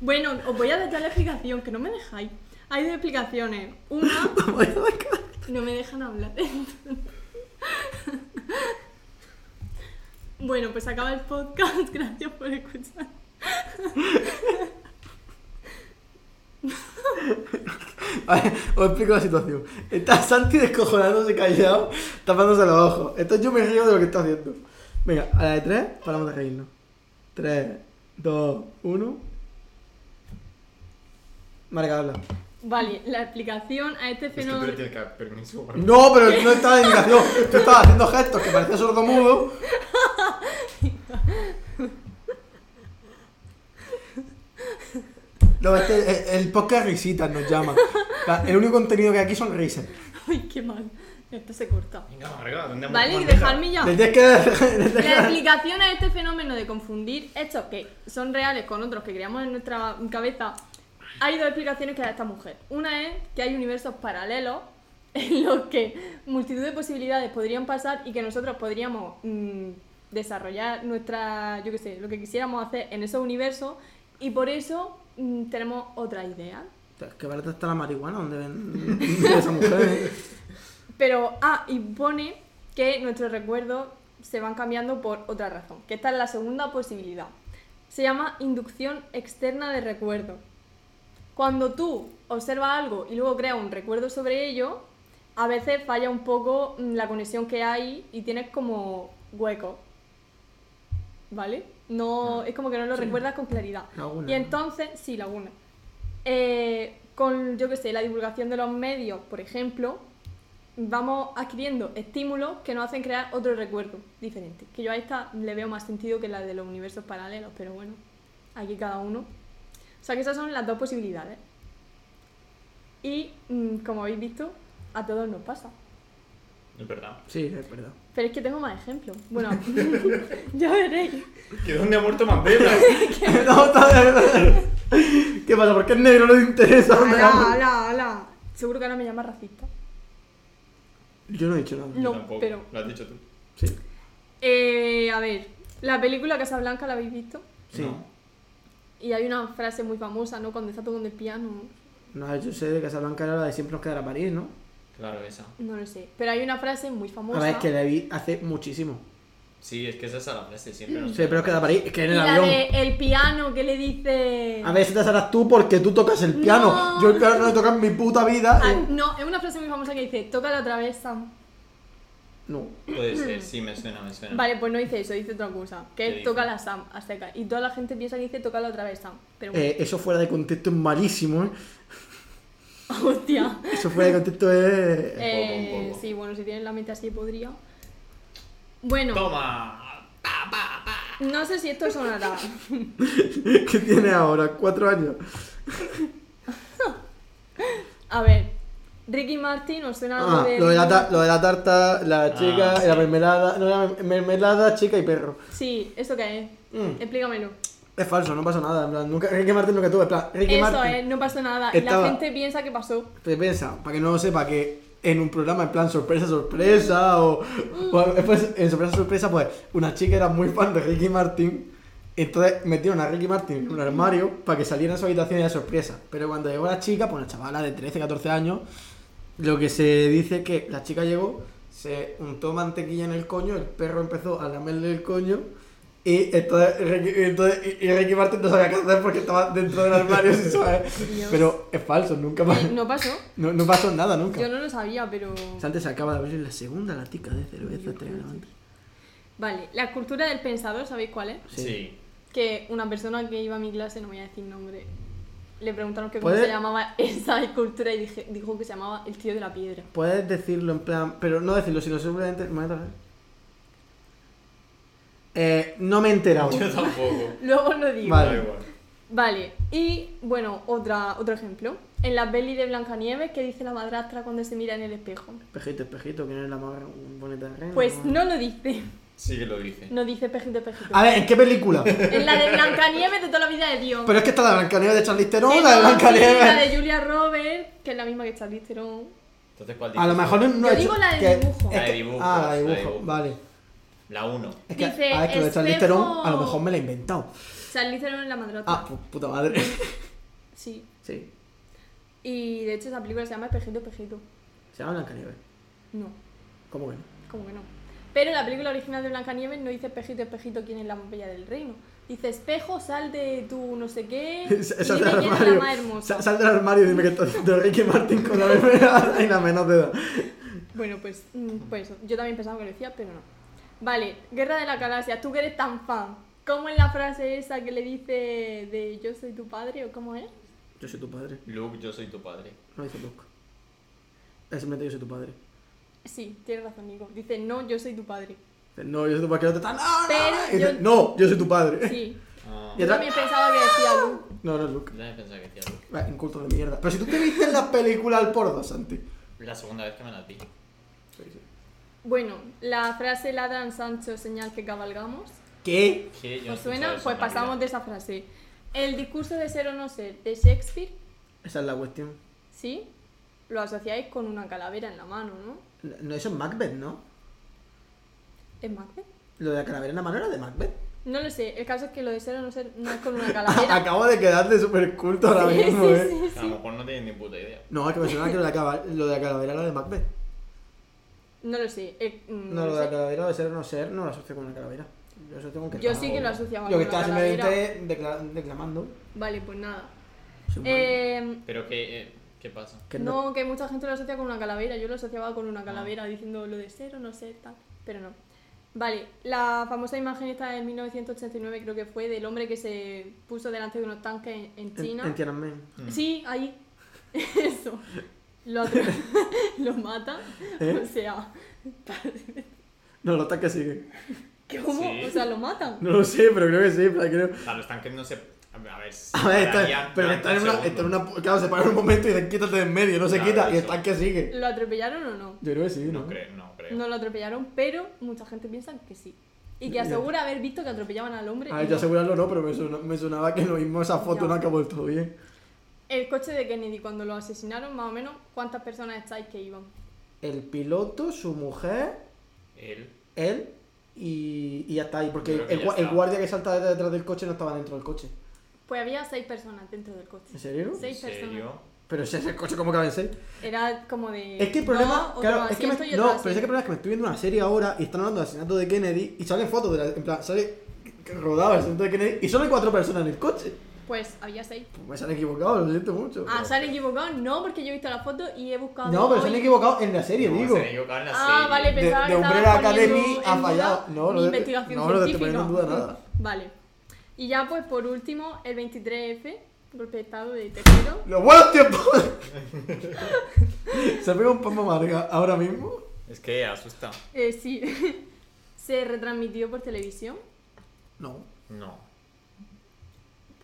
Speaker 4: Bueno, os voy a detallar la explicación, que no me dejáis. Hay dos explicaciones. Una,
Speaker 3: Voy a sacar.
Speaker 4: no me dejan hablar. (laughs) bueno, pues acaba el podcast. (laughs) Gracias por escuchar.
Speaker 3: A ver, os explico la situación. Está Santi descojonándose callado, tapándose los ojos. Entonces yo me río de lo que está haciendo. Venga, a la de tres, paramos de reírnos. Tres, dos, uno. Marca, habla.
Speaker 4: Vale, la explicación a este
Speaker 2: Es que tú
Speaker 4: fenómeno.
Speaker 2: le tienes que dar permiso. para-
Speaker 3: No, pero no estaba en indicación. Tú estabas haciendo gestos que parecía sordo mudo. No, este, el, el podcast risitas nos llama. La- El único contenido que hay aquí son risas.
Speaker 4: Ay, qué mal. Esto se corta.
Speaker 2: Venga, Marga, ¿dónde hemos
Speaker 4: Vale, y
Speaker 2: mandado?
Speaker 4: dejadme ya.
Speaker 3: Le tienes que- le tienes
Speaker 4: La
Speaker 3: que-
Speaker 4: explicación a este fenómeno de confundir hechos que son reales con otros que creamos en nuestra cabeza, hay dos explicaciones que da esta mujer. Una es que hay universos paralelos (laughs) en los que multitud de posibilidades podrían pasar y que nosotros podríamos mm, desarrollar nuestra, yo qué sé, lo que quisiéramos hacer en esos universos y por eso mm, tenemos otra idea.
Speaker 3: Qué barata está la marihuana donde ven (laughs) esa mujer. eh.
Speaker 4: Pero, ah, y pone que nuestros recuerdos se van cambiando por otra razón, que esta es la segunda posibilidad. Se llama inducción externa de recuerdo. Cuando tú observas algo y luego creas un recuerdo sobre ello, a veces falla un poco mm, la conexión que hay y tienes como hueco. ¿Vale? No, es como que no lo recuerdas con claridad.
Speaker 3: Laguna,
Speaker 4: Y
Speaker 3: ¿no?
Speaker 4: entonces, sí, laguna. Eh, con, yo qué sé, la divulgación de los medios, por ejemplo, vamos adquiriendo estímulos que nos hacen crear otro recuerdo diferente. Que yo a esta le veo más sentido que la de los universos paralelos, pero bueno, aquí cada uno. O sea que esas son las dos posibilidades. Y mm, como habéis visto, a todos nos pasa.
Speaker 2: Es verdad.
Speaker 3: Sí, es verdad.
Speaker 4: Pero es que tengo más ejemplos. Bueno, (laughs) ya veréis.
Speaker 2: ¿Que dónde ha muerto
Speaker 4: (laughs)
Speaker 2: Mandela?
Speaker 3: (laughs) No, está bien. ¿Qué pasa? ¿Por qué el negro no le interesa? dónde
Speaker 4: Ala,
Speaker 3: vamos?
Speaker 4: ala, ala. Seguro que ahora me llamas racista.
Speaker 3: Yo no he dicho nada.
Speaker 4: No,
Speaker 2: Yo tampoco.
Speaker 4: pero-
Speaker 2: Lo has dicho tú.
Speaker 3: Sí.
Speaker 4: Eh, a ver, la película Casablanca la habéis visto.
Speaker 3: Sí.
Speaker 2: No.
Speaker 4: Y hay una frase muy famosa, ¿no? Cuando está todo en el piano.
Speaker 3: No, yo sé de Casablanca era la de siempre nos quedará París, ¿no?
Speaker 2: Claro, esa.
Speaker 4: No lo sé. Pero hay una frase muy
Speaker 3: A
Speaker 4: famosa.
Speaker 3: ver, es que la vi hace muchísimo.
Speaker 2: Sí, es que esa es la frase. Siempre nos
Speaker 3: Siempre nos queda París, es que en
Speaker 4: Y
Speaker 3: el
Speaker 4: la
Speaker 3: avión.
Speaker 4: de el piano que le dice.
Speaker 3: A ver, si te harás tú porque tú tocas el piano.
Speaker 4: No.
Speaker 3: Yo el piano no lo toco en mi puta vida.
Speaker 4: Ah,
Speaker 3: Eh,
Speaker 4: no, es una frase muy famosa que dice, tócala otra vez, Sam.
Speaker 3: No.
Speaker 2: Puede ser, sí, me suena, me suena.
Speaker 4: Vale, pues no dice eso, dice otra cosa.
Speaker 2: ¿Qué
Speaker 4: Que es
Speaker 2: dice?
Speaker 4: tócala Sam, a seca. Y toda la gente piensa que dice tócala otra vez, Sam. Pero bueno,
Speaker 3: Eh, eso fuera de contexto es malísimo, ¿eh?
Speaker 4: (laughs) hostia.
Speaker 3: Eso fuera de contexto es. (laughs)
Speaker 4: Eh,
Speaker 2: un poco.
Speaker 4: Sí, bueno, si tienen la mente así podría. Bueno,
Speaker 2: ¡Toma!
Speaker 4: no sé si esto sonará.
Speaker 3: ¿Qué tiene ahora? ¿Cuatro años?
Speaker 4: A ver, Ricky Martin, ¿os suena algo
Speaker 3: Ah,
Speaker 4: de
Speaker 3: lo de, la
Speaker 4: Ricky
Speaker 3: ta- lo de la tarta, la
Speaker 2: Ah,
Speaker 3: chica,
Speaker 2: sí.
Speaker 3: la mermelada. No, la mer- mermelada, chica y perro.
Speaker 4: Sí, ¿eso qué es?
Speaker 3: Mm.
Speaker 4: Explícamelo.
Speaker 3: Es falso, no pasa nada. En plan, nunca, Ricky Martin nunca tuvo. En plan, Ricky
Speaker 4: eso
Speaker 3: Martin.
Speaker 4: es, no pasó nada. Y
Speaker 3: estaba-
Speaker 4: la gente piensa que pasó.
Speaker 3: Pues piensa, para que no lo sepa, que en un programa en plan sorpresa, sorpresa, o, o después en sorpresa, sorpresa, pues una chica era muy fan de Ricky Martin. Entonces metieron a Ricky Martin en un armario para que saliera de su habitación y era sorpresa. Pero cuando llegó la chica, pues una chavala de 13, 14 años, lo que se dice es que la chica llegó, se untó mantequilla en el coño, el perro empezó a lamerle el coño. Y entonces, Ricky, y entonces- y- y Ricky Martin no sabía qué hacer porque estaba dentro del armario, (laughs) sin saber.
Speaker 4: Dios.
Speaker 3: Pero es falso, nunca más.
Speaker 4: Eh, no pasó.
Speaker 3: No, no pasó nada nunca.
Speaker 4: Yo no lo sabía, pero.
Speaker 3: Antes acaba de abrir la segunda latica de cerveza. tremenda.
Speaker 4: Vale, la escultura del pensador, ¿sabéis cuál es?
Speaker 3: Sí.
Speaker 2: Sí.
Speaker 4: Que una persona que iba a mi clase, no voy a decir nombre, le preguntaron que cómo
Speaker 3: ¿Puede?
Speaker 4: se llamaba esa escultura y dije- dijo que se llamaba El tío de la piedra.
Speaker 3: Puedes decirlo en plan, pero no decirlo, sino simplemente. un momento, a ver. Eh, no me he enterado.
Speaker 2: Yo tampoco.
Speaker 4: Luego lo digo.
Speaker 3: Vale.
Speaker 2: Da igual.
Speaker 4: Vale, y bueno, otra, otro ejemplo. En la peli de Blancanieves, ¿qué dice la madrastra cuando se mira en el espejo?
Speaker 3: Espejito, espejito, que no es la más bonita de reina.
Speaker 4: Pues no lo dice.
Speaker 2: Sí que lo dice.
Speaker 4: No dice pejito, pejito.
Speaker 3: A ver, ¿en qué
Speaker 4: (laughs)
Speaker 3: película? pero
Speaker 4: En la de Blancanieves de toda la vida de Dios.
Speaker 3: es que está la Blancanieves de Charlize Theron, la
Speaker 4: Eh,
Speaker 3: de
Speaker 4: no, sí, La
Speaker 3: Blancanieves.
Speaker 4: de Julia Roberts, que es la misma que Charlize Theron.
Speaker 2: Entonces, ¿cuál dice?
Speaker 3: A lo mejor no, no
Speaker 4: Yo
Speaker 3: he
Speaker 4: digo
Speaker 3: hecho-
Speaker 4: la de
Speaker 3: que-
Speaker 4: dibujo.
Speaker 3: es
Speaker 2: La de
Speaker 3: que-
Speaker 2: dibujo,
Speaker 3: Ah, la
Speaker 2: la
Speaker 3: de
Speaker 2: de
Speaker 3: dibujo,
Speaker 2: dibujo.
Speaker 3: vale. Ah,
Speaker 2: La 1.
Speaker 3: Es que,
Speaker 4: Dice,
Speaker 3: a ver, que lo de Charlize
Speaker 4: espejo-
Speaker 3: Theron a lo mejor me la he inventado.
Speaker 4: Charlize Theron es la madrastra.
Speaker 3: Ah, pues puta madre.
Speaker 4: Sí.
Speaker 3: sí,
Speaker 4: Y de hecho esa película se llama Espejito, Espejito.
Speaker 3: se llama Blancanieves.
Speaker 4: No,
Speaker 3: ¿Cómo que no?
Speaker 4: como que no. Pero la película original de Blancanieves no dice espejito, espejito, quién es la más bella del reino. Dice espejo, sal de tu no
Speaker 3: (laughs)
Speaker 4: sé qué. y
Speaker 3: Sa- Sal
Speaker 4: dime
Speaker 3: del
Speaker 4: quién es la
Speaker 3: armario.
Speaker 4: más hermosa.
Speaker 3: Sa- Sal del armario y dime que está haciendo Ricky Martin con la (laughs) mermelada y la menos de edad.
Speaker 4: Bueno, pues, mm, pues eso. yo también pensaba que lo decía, pero no. Vale, Guerra de la Galaxia, tú que eres tan fan. ¿Cómo es la frase esa que le dice de yo soy tu padre o cómo es?
Speaker 3: Yo soy tu padre.
Speaker 2: Luke, yo soy tu padre.
Speaker 3: No dice Luke. Es simplemente yo soy tu padre.
Speaker 4: Sí, tienes razón, Nico. Dice, no, yo soy tu padre.
Speaker 3: Dice, No, yo soy tu padre. Que no te está. No, no,
Speaker 4: Pero
Speaker 3: no. Y dice,
Speaker 4: yo-
Speaker 3: no, yo soy tu padre.
Speaker 4: Sí.
Speaker 2: Ah,
Speaker 3: Y
Speaker 4: Yo
Speaker 3: atrás-
Speaker 4: también pensaba que decía Luke.
Speaker 3: No, no es Luke.
Speaker 2: yo también pensaba que decía Luke.
Speaker 3: Ah, Inculto de mierda. Pero si tú te viste en la película al porno, Santi.
Speaker 2: La segunda vez que me las vi.
Speaker 4: Bueno, la frase ladran Sancho, señal que cabalgamos.
Speaker 3: ¿Qué?
Speaker 2: ¿Qué? Yo no
Speaker 4: ¿Os
Speaker 2: escuchaba
Speaker 4: suena?
Speaker 2: eso
Speaker 4: Pues
Speaker 2: en la
Speaker 4: pasamos
Speaker 2: vida.
Speaker 4: de esa frase. El discurso de ser o no ser de Shakespeare,
Speaker 3: Esa es la cuestión.
Speaker 4: ¿sí? Lo asociáis con una calavera en la mano, ¿no?
Speaker 3: No, eso es Macbeth, ¿no?
Speaker 4: ¿Es Macbeth?
Speaker 3: Lo de la calavera en la mano era de Macbeth.
Speaker 4: No lo sé, el caso es que lo de ser o no ser no es con
Speaker 3: (laughs)
Speaker 4: una calavera.
Speaker 3: Acabo de quedarte súper culto ahora
Speaker 4: Ah, Sí,
Speaker 3: mismo,
Speaker 4: sí,
Speaker 3: eh.
Speaker 4: sí, sí.
Speaker 2: A lo mejor no tienen ni puta idea.
Speaker 3: No, es que me suena que lo de, la cava- lo de la calavera era de Macbeth.
Speaker 4: No lo sé. eh,
Speaker 3: No,
Speaker 4: mm,
Speaker 3: lo
Speaker 4: no lo
Speaker 3: de la
Speaker 4: sé.
Speaker 3: calavera, de ser o no ser, no lo asocio con una calavera. Yo asocio con que
Speaker 4: Yo
Speaker 3: estaba-
Speaker 4: sí que lo asociaba
Speaker 3: Yo que
Speaker 4: con la
Speaker 3: estaba
Speaker 4: calavera.
Speaker 3: simplemente decla- declamando.
Speaker 4: Vale, pues nada.
Speaker 3: Soy un
Speaker 4: Eh,
Speaker 2: Pero ¿qué, eh, qué pasa?
Speaker 3: mal- que no-
Speaker 4: no, que mucha gente lo asocia con una calavera. Yo lo asociaba con una calavera diciendo lo de ser o no ser, tal. Pero no. Vale, la famosa imagen esta de 1989 creo que fue del hombre que se puso delante de unos tanques en- en
Speaker 3: en-
Speaker 4: China.
Speaker 3: en Tiananmen.
Speaker 4: Sí, ahí. (laughs) Eso. Lo, atra-
Speaker 3: (laughs)
Speaker 4: (laughs) lo mata.
Speaker 3: ¿Eh?
Speaker 4: O sea,
Speaker 3: No, los tanques siguen.
Speaker 4: ¿cómo?
Speaker 2: Sí.
Speaker 4: O sea, lo matan.
Speaker 3: No lo sé, pero creo que sí, pero creo...
Speaker 2: O sea, los tanques no se... A ver, a ver, se
Speaker 3: A ver,
Speaker 2: pararían
Speaker 3: está, pero
Speaker 2: durante
Speaker 3: está en,
Speaker 2: un
Speaker 3: una,
Speaker 2: segundo.
Speaker 3: está en una... Claro, se para un momento y dicen quítate de en medio, no se
Speaker 2: Claro,
Speaker 3: quita, y el
Speaker 2: eso.
Speaker 3: tanque sigue.
Speaker 4: ¿Lo atropellaron o no?
Speaker 3: Yo creo que sí, ¿no?
Speaker 2: No creo, no creo.
Speaker 4: No lo atropellaron, pero mucha gente piensa que sí. Y que
Speaker 3: Ya. Ah,
Speaker 4: asegura haber visto que atropellaban al hombre.
Speaker 3: A
Speaker 4: y
Speaker 3: ver,
Speaker 4: no.
Speaker 3: yo asegurarlo no, pero me, sona- me sonaba que lo mismo esa foto
Speaker 4: Ya.
Speaker 3: no acabó del todo bien.
Speaker 4: El coche de Kennedy, cuando lo asesinaron, más o menos, ¿cuántas personas estáis que iban?
Speaker 3: El piloto, su mujer,
Speaker 2: Él.
Speaker 3: él y, y ya está ahí, porque
Speaker 2: Creo que
Speaker 3: el,
Speaker 2: ya
Speaker 3: gua- el
Speaker 2: está.
Speaker 3: guardia que salta de- detrás del coche no estaba dentro del coche.
Speaker 4: Pues había seis personas dentro del coche.
Speaker 3: ¿En serio?
Speaker 4: Seis
Speaker 2: ¿En serio?
Speaker 4: personas.
Speaker 3: Pero si es el coche, ¿cómo caben seis?
Speaker 4: Era como de.
Speaker 3: Es que el problema,
Speaker 4: dos, otro
Speaker 3: claro, es que me,
Speaker 4: asiento y
Speaker 3: Eh, no,
Speaker 4: otro
Speaker 3: pero es que el
Speaker 4: asiento.
Speaker 3: problema es que me estoy viendo una serie ahora y están hablando del asesinato de Kennedy y salen fotos de la, en plan, sale rodado el asesinato de Kennedy y solo hay cuatro personas en el coche.
Speaker 4: Pues había seis.
Speaker 3: Pues me se han equivocado, lo siento mucho.
Speaker 4: Ah, se han equivocado. No, porque yo he visto la foto y he buscado.
Speaker 3: Ah, no, pero se han
Speaker 4: hoy.
Speaker 3: equivocado en la serie,
Speaker 2: No,
Speaker 3: digo.
Speaker 2: se han equivocado en la
Speaker 4: Ah,
Speaker 2: serie.
Speaker 4: vale,
Speaker 3: De-
Speaker 4: pensaba
Speaker 3: de
Speaker 4: que estaban
Speaker 3: Umbrella
Speaker 4: poniendo
Speaker 3: Academy
Speaker 4: en
Speaker 3: ha
Speaker 4: duda
Speaker 3: fallado. No,
Speaker 4: mi
Speaker 3: no te-
Speaker 4: investigación
Speaker 3: no, no te estoy
Speaker 4: científica.
Speaker 3: poniendo en duda nada.
Speaker 4: (laughs) Vale. Y ya, pues, por último, el 23F, golpe de estado de tercero.
Speaker 3: Los buenos tiempos. (laughs) se pega un pomo amarga ahora mismo.
Speaker 2: Es que asusta.
Speaker 4: Eh, sí. (laughs) se retransmitió por televisión.
Speaker 3: No.
Speaker 2: No.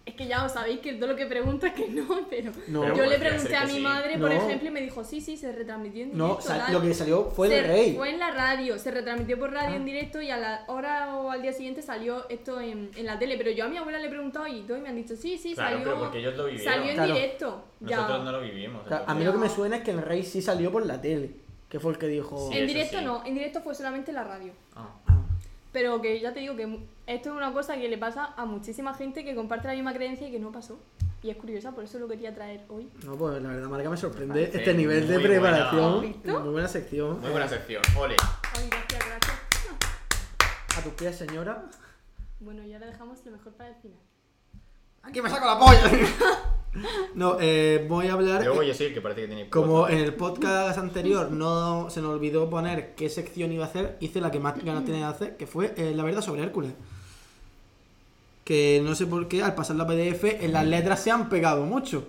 Speaker 4: Es que ya os sabéis que todo lo que pregunto es que no, (laughs) pero.
Speaker 3: No.
Speaker 4: yo
Speaker 2: Pero
Speaker 4: le
Speaker 2: podría ser
Speaker 4: pregunté
Speaker 2: que
Speaker 4: a mi
Speaker 2: sí.
Speaker 4: madre, por
Speaker 3: No.
Speaker 4: ejemplo, y me dijo, sí, sí, se retransmitió en
Speaker 3: No,
Speaker 4: directo.
Speaker 3: sal-
Speaker 4: tal".
Speaker 3: lo que salió fue el
Speaker 4: Se-
Speaker 3: rey.
Speaker 4: Fue en la radio, se retransmitió por radio
Speaker 3: Ah.
Speaker 4: en directo y a la hora o al día siguiente salió esto en, en la tele. Pero yo a mi abuela le he preguntado y todos me han dicho, sí, sí,
Speaker 2: Claro,
Speaker 4: salió.
Speaker 2: pero porque ellos lo vivieron.
Speaker 4: Salió en
Speaker 3: Claro.
Speaker 4: directo. Ya.
Speaker 2: Nosotros no lo vivimos.
Speaker 3: O sea, a mí lo que me suena es que el rey sí salió por la tele. Que fue el que dijo.
Speaker 2: Sí.
Speaker 4: En
Speaker 2: eso
Speaker 4: directo
Speaker 2: sí.
Speaker 4: no, en directo fue solamente la radio.
Speaker 2: entonces. Ah.
Speaker 3: Ah.
Speaker 4: Pero que ya te digo que mu- esto es una cosa que le pasa a muchísima gente que comparte la misma creencia y que no pasó. Y es curiosa, por eso lo quería traer hoy.
Speaker 3: No, pues la verdad, Marca, me sorprende
Speaker 2: Parece
Speaker 3: este nivel de
Speaker 2: muy
Speaker 3: preparación.
Speaker 4: buena. ¿Listo?
Speaker 3: Muy buena sección.
Speaker 2: Muy buena sección. Ole.
Speaker 4: Ay, gracias, gracias.
Speaker 3: A tus pies, señora.
Speaker 4: Bueno, ya le dejamos lo mejor para el final.
Speaker 3: Aquí me saco la polla. (laughs) no, eh, voy a hablar.
Speaker 2: Luego yo soy el que parece que tiene.
Speaker 3: Como
Speaker 2: cuatro.
Speaker 3: en el podcast anterior no se nos olvidó poner qué sección iba a hacer, hice la que más ganas tenía de hacer, que fue eh, la verdad sobre Hércules. Que no sé por qué, al pasar la PDF, en las letras se han pegado mucho.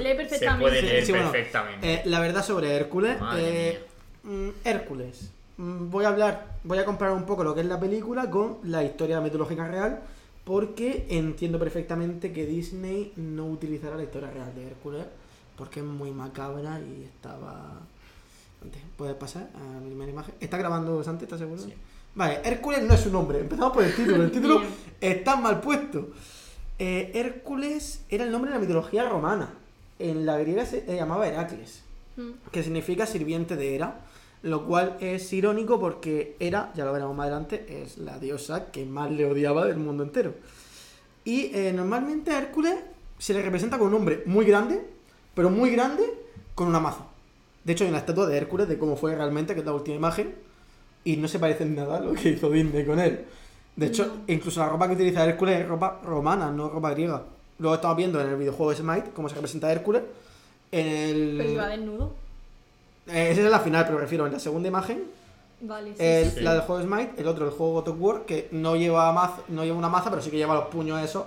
Speaker 2: Se
Speaker 4: lee
Speaker 2: puede
Speaker 4: perfectamente.
Speaker 2: leer
Speaker 3: sí, bueno.
Speaker 2: perfectamente.
Speaker 3: Eh, la verdad sobre Hércules.
Speaker 2: Madre
Speaker 3: eh, mm, Hércules. Mm, Voy a hablar, voy a comparar un poco lo que es la película con la historia mitológica real, porque entiendo perfectamente que Disney no utilizará la historia real de Hércules, porque es muy macabra y estaba... Antes, ¿Puedes pasar a la primera imagen? ¿Está grabando Santi? ¿Estás seguro?
Speaker 2: Sí.
Speaker 3: Vale, Hércules no es su nombre. Empezamos por el título. El título
Speaker 4: Bien.
Speaker 3: está mal puesto. Eh, Hércules era el nombre de la mitología romana. En la griega se eh, llamaba Heracles,
Speaker 4: Mm.
Speaker 3: que significa sirviente de Hera, lo cual es irónico porque Hera, ya lo veremos más adelante, es la diosa que más le odiaba del mundo entero. Y eh, normalmente a Hércules se le representa con un hombre muy grande, pero muy grande, con una maza. De hecho, hay una estatua de Hércules de cómo fue realmente, que es la última imagen, y no se parece en nada a lo que hizo Disney con él. De hecho,
Speaker 4: No.
Speaker 3: incluso la ropa que utiliza Hércules es ropa romana, no ropa griega. Luego estamos viendo en el videojuego de Smite cómo se representa Hércules. En el...
Speaker 4: Pero iba desnudo.
Speaker 3: Eh, Esa es la final, pero me refiero en la segunda imagen.
Speaker 4: Vale, sí.
Speaker 3: El-
Speaker 4: sí,
Speaker 2: sí.
Speaker 3: La del juego Smite, el otro, el juego God of War, que no lleva, maza, no lleva una maza, pero sí que lleva los puños esos.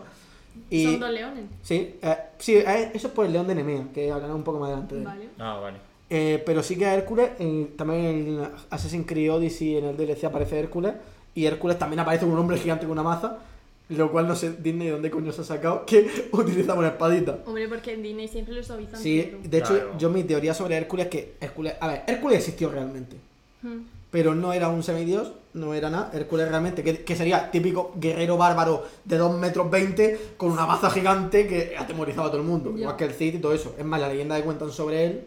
Speaker 4: sí.
Speaker 3: Y,
Speaker 4: Son dos leones.
Speaker 3: Sí, eh, sí eh, eso es por el león de Nemea, que hablaré un poco más adelante. de él.
Speaker 4: Vale.
Speaker 2: Ah, vale.
Speaker 3: Eh, pero sí que a Hércules, en- también en Assassin's Creed Odyssey, en el DLC aparece Hércules, y Hércules también aparece con un hombre gigante con una maza, lo cual no sé Disney de dónde coño se ha sacado, que (laughs) utiliza una espadita.
Speaker 4: Hombre, porque en Disney siempre lo suavizan.
Speaker 3: Sí,
Speaker 4: todo.
Speaker 3: de hecho,
Speaker 2: Claro.
Speaker 3: yo mi teoría sobre Hércules es que Hércules, a ver, Hércules existió realmente,
Speaker 4: Mm.
Speaker 3: pero no era un semidios, no era nada. Hércules realmente, que, que sería típico guerrero bárbaro de 2 metros 20 con una maza gigante que atemorizaba a todo el mundo.
Speaker 4: Ya.
Speaker 3: Igual que el Cid y todo eso. Es más, la leyenda que cuentan sobre él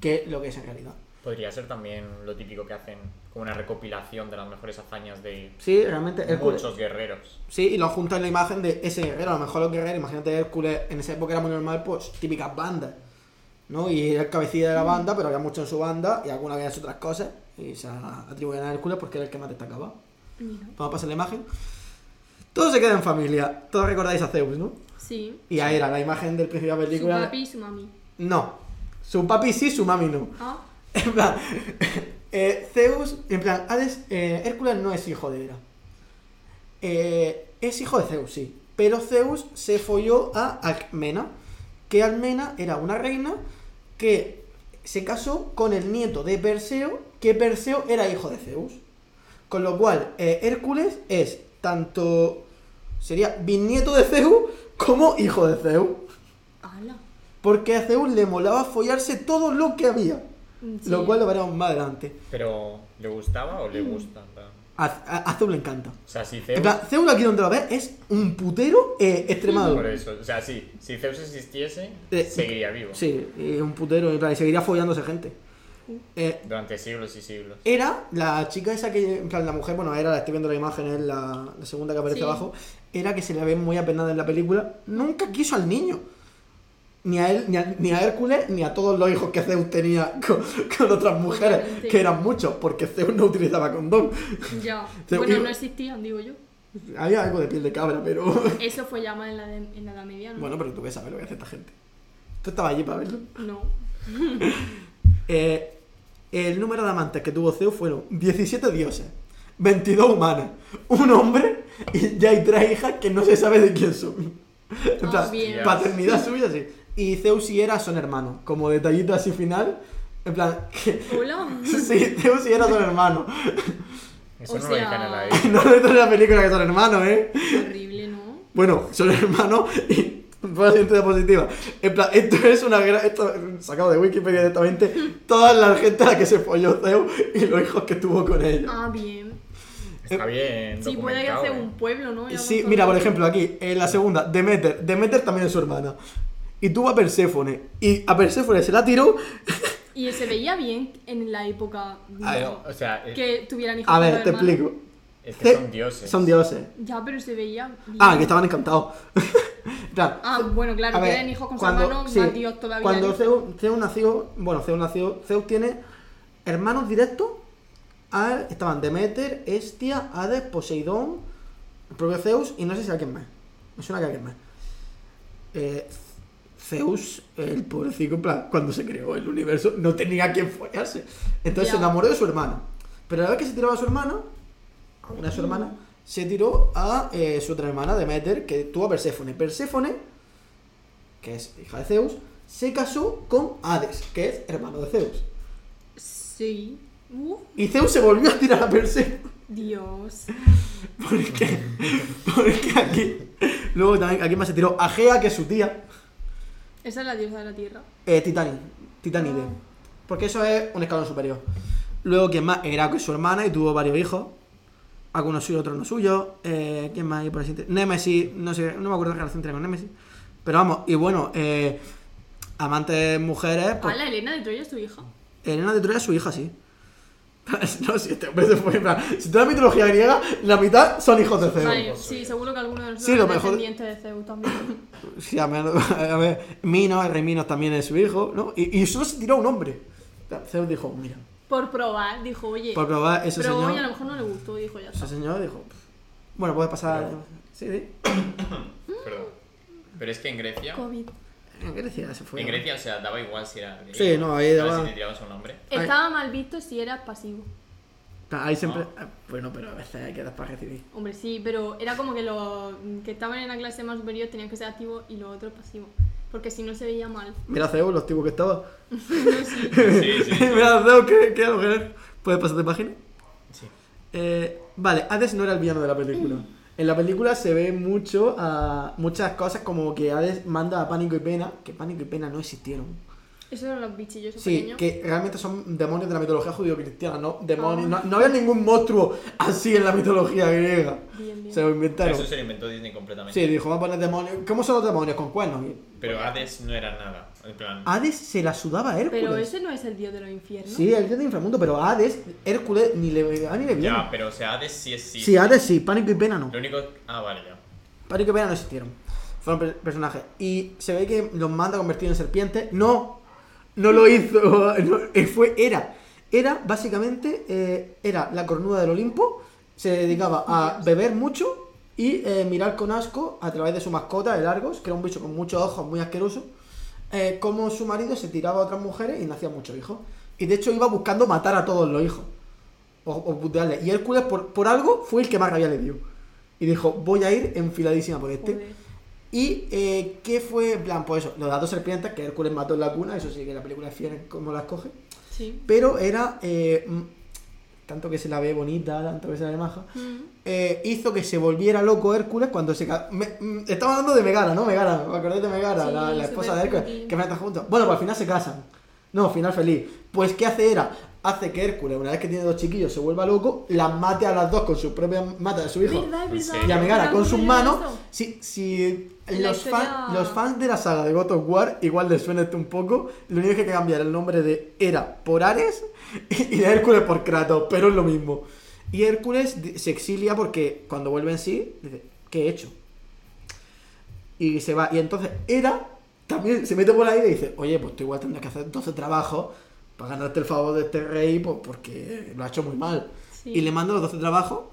Speaker 3: que lo que es en realidad.
Speaker 2: Podría ser también lo típico que hacen, como una recopilación de las mejores hazañas de
Speaker 3: Sí, realmente eh, Hércules.
Speaker 2: muchos guerreros.
Speaker 3: Sí, y lo juntan en la imagen de ese guerrero. A lo mejor los guerreros, imagínate Hércules, en esa época era muy normal, pues típicas bandas. ¿no? Y era el cabecilla de la banda, pero había mucho en su banda y alguna había hecho otras cosas. Y se atribuían a Hércules porque era el que más destacaba.
Speaker 4: Mira.
Speaker 3: Vamos a pasar la imagen. Todo se queda en familia. Todos recordáis a Zeus, ¿no?
Speaker 4: Sí.
Speaker 3: Y a era la imagen del principio de la
Speaker 4: Su
Speaker 3: película.
Speaker 4: papi y su mami.
Speaker 3: No. Su papi sí, su mami no.
Speaker 4: Ah,
Speaker 3: (laughs) En plan, eh, Zeus, en plan, Hades, eh, Hércules no es hijo de Hera. Eh, es hijo de Zeus, sí. Pero Zeus se folló a Alcmena, que Almena era una reina que se casó con el nieto de Perseo, que Perseo era hijo de Zeus. Con lo cual, eh, Hércules es tanto, sería bisnieto de Zeus como hijo de Zeus.
Speaker 4: ala.
Speaker 3: Porque a Zeus le molaba follarse todo lo que había.
Speaker 4: Mm, sí.
Speaker 3: Lo cual lo veremos más adelante.
Speaker 2: Pero, ¿le gustaba o le gusta? En plan,
Speaker 3: A, a- a Zeus le encanta.
Speaker 2: O sea, si
Speaker 3: Mm. En
Speaker 2: Zeus...
Speaker 3: plan, Zeus aquí donde lo ves es un putero eh, extremado.
Speaker 2: Por eso, o sea, sí, si Zeus existiese,
Speaker 3: Eh,
Speaker 2: seguiría vivo.
Speaker 3: Sí, y un putero, en plan, y seguiría follándose gente. Eh,
Speaker 2: Durante siglos y siglos.
Speaker 3: era la chica esa que, en plan, la mujer, bueno, era, la estoy viendo la imagen, es la, la segunda que aparece
Speaker 4: Sí.
Speaker 3: abajo, era que se le ve muy apenada en la película, nunca quiso al niño. Ni a él, ni a, ni a Hércules, ni a todos los hijos que Zeus tenía con, con otras mujeres,
Speaker 4: Obviamente.
Speaker 3: que eran muchos, porque Zeus no utilizaba condón. (laughs)
Speaker 4: Ya.
Speaker 3: Zeus
Speaker 4: bueno,
Speaker 3: hijo-
Speaker 4: no existían, digo yo.
Speaker 3: Había algo de piel de cabra, pero...
Speaker 4: Eso fue ya más en la, de- en la Edad Media, ¿no?
Speaker 3: Bueno, pero tú qué sabes lo que hace esta gente. Tú estabas allí para verlo.
Speaker 4: No.
Speaker 3: Eh, el número de amantes que tuvo Zeus fueron 17 dioses, 22 humanas, un hombre y ya hay tres hijas que no se sabe de quién son. En
Speaker 4: Ah,
Speaker 3: plan,
Speaker 4: bien.
Speaker 3: paternidad suya, sí. Y Zeus y Hera son hermanos, como detallito así final. En plan, (laughs) que,
Speaker 4: Hola.
Speaker 3: sí, Zeus y Hera son hermanos.
Speaker 2: Eso
Speaker 4: O
Speaker 2: no lo
Speaker 4: sea-
Speaker 2: dejan en la Biblia.
Speaker 3: No dentro de la película que son hermanos, ¿eh?
Speaker 4: Horrible, ¿no?
Speaker 3: Bueno, son hermanos y por la siguiente diapositiva. En plan, esto es una guerra, esto sacado de Wikipedia directamente, toda la gente a la que se folló Zeus y los hijos que tuvo con ellos.
Speaker 4: Ah, bien.
Speaker 2: Está
Speaker 4: (laughs)
Speaker 2: bien
Speaker 4: Sí, puede que
Speaker 2: documentado,
Speaker 4: sea
Speaker 2: ¿eh?
Speaker 4: un pueblo, ¿no? Era
Speaker 3: Sí,
Speaker 4: con
Speaker 3: mira,
Speaker 4: todo-
Speaker 3: por ejemplo, aquí, en la segunda, Demeter. Demeter también es su hermana. Y tuvo a Perséfone. Y a Perséfone se la tiró.
Speaker 4: Y se veía bien en la época ¿no?
Speaker 3: Ay,
Speaker 2: Ah, No, eh. o sea, es,
Speaker 4: que tuvieran hijos.
Speaker 3: A
Speaker 4: con
Speaker 3: ver,
Speaker 4: los
Speaker 3: te
Speaker 4: hermanos.
Speaker 3: explico.
Speaker 2: es que son dioses.
Speaker 3: Son dioses.
Speaker 4: Ya, pero se veía bien.
Speaker 3: Ah, que estaban encantados. (laughs) Claro.
Speaker 4: Ah, bueno, claro,
Speaker 3: A ver,
Speaker 4: tienen hijos con
Speaker 3: cuando-
Speaker 4: su hermano,
Speaker 3: sí,
Speaker 4: más Dios todavía.
Speaker 3: Cuando
Speaker 4: ¿no?
Speaker 3: Zeus, Zeus nació, bueno, Zeus nació, Zeus tiene hermanos directos. a- estaban Demeter, Estia, Hades, Poseidón, el propio Zeus y no sé si alguien más. Me suena que alguien más. Eh, Zeus, el pobrecito, en plan, cuando se creó el universo, no tenía quien follarse. Entonces se
Speaker 4: Ya.
Speaker 3: enamoró de su hermana. Pero a la vez que se tiraba a su hermana, a una de su hermana, se tiró a eh, su otra hermana, Demeter, que tuvo a Perséfone. Perséfone, que es hija de Zeus, se casó con Hades, que es hermano de Zeus.
Speaker 4: Sí. Uh,
Speaker 3: Y Zeus se volvió a tirar a Perséfone. (laughs)
Speaker 4: Dios.
Speaker 3: Porque, porque aquí. Luego también, aquí más se tiró a Gea, que es su tía.
Speaker 4: Esa es la diosa de la tierra.
Speaker 3: Eh, Titani, Titanide. Porque eso es un escalón superior. Luego, ¿quién más? Era que es su hermana y tuvo varios hijos. Algunos suyos, otros no suyos. Eh, ¿Quién más hay por así? Nemesis, no sé, no me acuerdo qué relación tenía con Nemesis. Pero vamos, y bueno, eh, amantes mujeres.
Speaker 4: Ah,
Speaker 3: Pues,
Speaker 4: la Elena de Troya es tu hija.
Speaker 3: Elena de Troya es su hija, sí. (laughs) No, si este hombre se fue. en plan, Si toda la mitología griega, la mitad son hijos de Zeus.
Speaker 4: Vale, sí, seguro que alguno de nosotros
Speaker 3: Sí, lo
Speaker 4: es
Speaker 3: mejor-
Speaker 4: descendiente de Zeus también. (laughs)
Speaker 3: Sí, a, menos- a ver, Minos, el rey Minos también es su hijo, ¿no? Y, y solo se tiró a un hombre. Zeus dijo, mira,
Speaker 4: Por probar, dijo, oye.
Speaker 3: por probar ese
Speaker 4: probó y a lo
Speaker 3: señor.
Speaker 4: mejor no le gustó, dijo, ya
Speaker 3: Ese
Speaker 4: está.
Speaker 3: señor dijo, "Pff". bueno, puede pasar.
Speaker 2: Pero-
Speaker 3: Sí, sí.
Speaker 2: Perdón. Pero es que en Grecia...
Speaker 4: COVID.
Speaker 3: En Grecia se fue.
Speaker 2: En Grecia, o sea, daba igual si era griego.
Speaker 3: Sí, no, ahí
Speaker 2: daba
Speaker 3: daba- (laughs)
Speaker 2: si te tirabas un nombre.
Speaker 4: Estaba mal visto si eras pasivo.
Speaker 3: Ahí siempre. ah, Bueno, pero a veces hay que dar para recibir.
Speaker 4: Hombre, sí, pero era como que los que estaban en la clase más superior tenían que ser activos y los otros pasivos. Porque si no se veía mal.
Speaker 3: Mira, Zeus, los tipos que estaba.
Speaker 2: Sí, sí, sí.
Speaker 3: (laughs) Mira, Zeus, que, que mujer. ¿Puedes pasar de página?
Speaker 2: Sí.
Speaker 3: Eh, vale, Hades no era el villano de la película.
Speaker 4: Mm.
Speaker 3: En la película se ve mucho a muchas cosas como que Hades manda a Pánico y Pena, que Pánico y Pena no existieron.
Speaker 4: Esos eran los bichillos
Speaker 3: Sí,
Speaker 4: pequeños.
Speaker 3: que realmente son demonios de la mitología judío-cristiana, no demonios.
Speaker 4: Ah.
Speaker 3: No, no había ningún monstruo así en la mitología griega.
Speaker 4: Bien, bien.
Speaker 3: Se lo inventaron.
Speaker 2: Eso se lo inventó Disney completamente.
Speaker 3: Sí, dijo, vamos a poner demonios. ¿Cómo son los demonios? Con cuernos. Y
Speaker 2: Pero Hades no era nada. En plan,
Speaker 3: Hades se la sudaba a Hércules.
Speaker 4: Pero ese no es el dios de los infiernos.
Speaker 3: Sí, el dios de inframundo, pero a Hades, Hércules ni le a ni le vio.
Speaker 2: ya, pero o sea, Hades sí es sí.
Speaker 3: Sí, ah. Hades sí, Pánico y Pena no.
Speaker 2: Lo único. Ah, vale, ya.
Speaker 3: Pánico y Pena no existieron. Fueron per- personajes. Y se ve que los manda convertidos en serpientes. No, no lo hizo. (laughs) No, eh, fue, era. Era, básicamente, eh, era la cornuda del Olimpo. Se dedicaba a beber mucho y eh, mirar con asco a través de su mascota, el Argos, que era un bicho con muchos ojos, muy asqueroso. eh, cómo su marido se tiraba a otras mujeres y nacía muchos hijos. Y de hecho iba buscando matar a todos los hijos. O, o putearle. Y Hércules, por, por algo, fue el que más rabia le dio. Y dijo, voy a ir enfiladísima por este.
Speaker 4: Joder.
Speaker 3: Y eh, qué fue, en plan, pues eso, los datos serpientes que Hércules mató en la cuna, eso sí que la película es fiel en cómo las coge.
Speaker 4: Sí.
Speaker 3: Pero era, eh, mm, tanto que se la ve bonita, tanto que se la ve maja,
Speaker 4: Mm.
Speaker 3: eh, hizo que se volviera loco Hércules cuando se... ca- me- mm, estaba hablando de Megara, ¿no? Megara, me acordé de Megara,
Speaker 4: Sí,
Speaker 3: la, la esposa de
Speaker 4: súper
Speaker 3: Hércules,
Speaker 4: creepy.
Speaker 3: que van a estar juntos. Bueno, pues al final se casan. No, final feliz. Pues ¿qué hace era? Hace que Hércules, una vez que tiene dos chiquillos, se vuelva loco, las mate a las dos con sus propias... mata a su hijo
Speaker 4: ¿Verdad,
Speaker 2: ¿En
Speaker 4: verdad?
Speaker 2: serio?
Speaker 3: y a Megara
Speaker 4: ¿Verdad?
Speaker 3: con sus
Speaker 4: ¿Cómo
Speaker 3: manos.
Speaker 4: era eso?
Speaker 3: Si, si
Speaker 4: La
Speaker 3: los,
Speaker 4: historia-
Speaker 3: fan- los fans de la saga de God of War, igual les suena esto un poco, lo único que hay que cambiar el nombre de Hera por Ares (laughs) y de Hércules por Kratos, pero es lo mismo. Y Hércules di- se exilia porque cuando vuelve en sí, dice, ¿qué he hecho? Y se va. Y entonces Hera también se mete por ahí y dice, oye, pues tú igual tendrás que hacer 12 trabajos para ganarte el favor de este rey pues, porque lo ha hecho muy mal.
Speaker 4: Sí.
Speaker 3: Y le mando los 12 trabajos,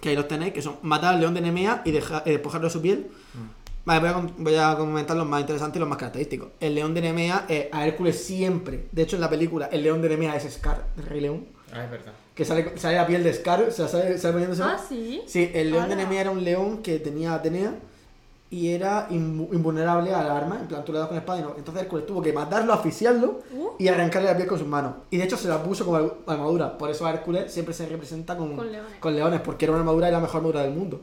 Speaker 3: que ahí los tenéis, que son matar al león de Nemea y deja- eh, despojarlo de su piel. Vale, voy a, com- voy a comentar los más interesantes y los más característicos. El león de Nemea, eh, a Hércules siempre, de hecho en la película, el león de Nemea es Scar, el rey león,
Speaker 2: Ah, es verdad.
Speaker 3: que sale, sale la piel de Scar, o sea, sale, sale poniéndose...
Speaker 4: Ah, sí.
Speaker 3: Sí, el león de
Speaker 4: Ala.
Speaker 3: Nemea era un león que tenía Atenea y era invu- invulnerable al arma, en plan tú le das con espada y no. Entonces Hércules tuvo que matarlo, asfixiarlo
Speaker 4: Uh.
Speaker 3: y arrancarle la piel con sus manos. Y de hecho se la puso como argu- armadura. Por eso a Hércules siempre se representa con,
Speaker 4: Con leones.
Speaker 3: con leones, porque era una armadura y la mejor armadura del mundo.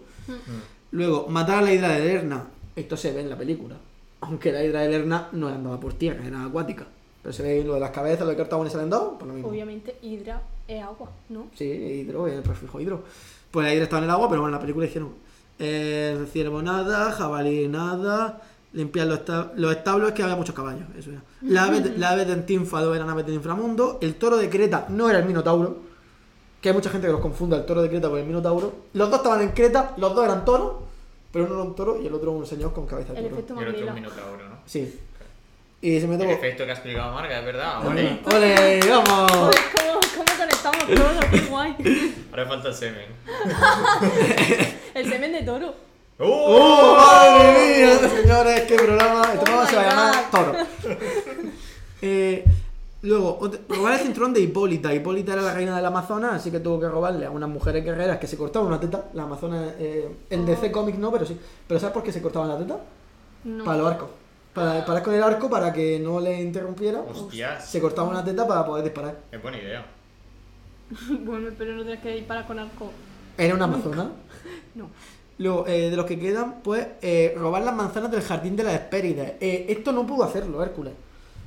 Speaker 3: Luego, matar a la hidra de Lerna. Esto se ve en la película. Aunque la hidra de Lerna no andaba por tierra, era acuática. Pero se ve lo de las cabezas, lo de cartagones salen dos, por lo mismo.
Speaker 4: Obviamente, Hidra es agua, ¿no?
Speaker 3: Sí, hidro, el prefijo hidro. Pues ahí estaba en el agua, pero bueno, en la película hicieron. Eh, ciervo nada, jabalí nada, limpiar los, esta- los establos, que había muchos caballos, eso era. La ave, la ave de Entínfado eran aves del inframundo, el toro de Creta no era el Minotauro, que hay mucha gente que los confunda el toro de Creta con el Minotauro. Los dos estaban en Creta, los dos eran toros, pero uno era un toro y el otro un señor con cabeza de
Speaker 4: El
Speaker 3: toro.
Speaker 4: efecto
Speaker 2: Y el otro un
Speaker 4: Mandela.
Speaker 2: minotauro, ¿no?
Speaker 3: Sí. Y se me
Speaker 2: El
Speaker 3: tocó...
Speaker 2: efecto que ha explicado Marga, es verdad.
Speaker 3: ¡Ole!
Speaker 2: Vale.
Speaker 3: ¡Vamos!
Speaker 4: Joder, (laughs) ¿cómo, ¿Cómo conectamos todo? ¡Qué guay!
Speaker 2: Ahora falta el semen.
Speaker 4: El semen de toro.
Speaker 3: ¡Oh, madre mía! Señores, qué programa. Este
Speaker 4: Oh
Speaker 3: programa se
Speaker 4: my
Speaker 3: va a llamar
Speaker 4: God.
Speaker 3: Toro. Eh, luego, ot- robar el cinturón de Hipólita. Hipólita era la reina del Amazonas, así que tuvo que robarle a unas mujeres guerreras que se cortaban una teta. La Amazonas, eh, en DC Comics no, pero sí. ¿Pero sabes por qué se cortaban la teta?
Speaker 4: No.
Speaker 3: Para los arcos. Para parar con el arco para que no le interrumpiera.
Speaker 2: Hostias.
Speaker 3: Se cortaba una teta para poder disparar.
Speaker 2: Es buena idea.
Speaker 4: (laughs) Bueno, pero no tienes que disparar con arco.
Speaker 3: Era una Amazona.
Speaker 4: No.
Speaker 3: Luego, eh, de los que quedan, pues, eh, robar las manzanas del jardín de las Hespérides. Eh, esto no pudo hacerlo Hércules,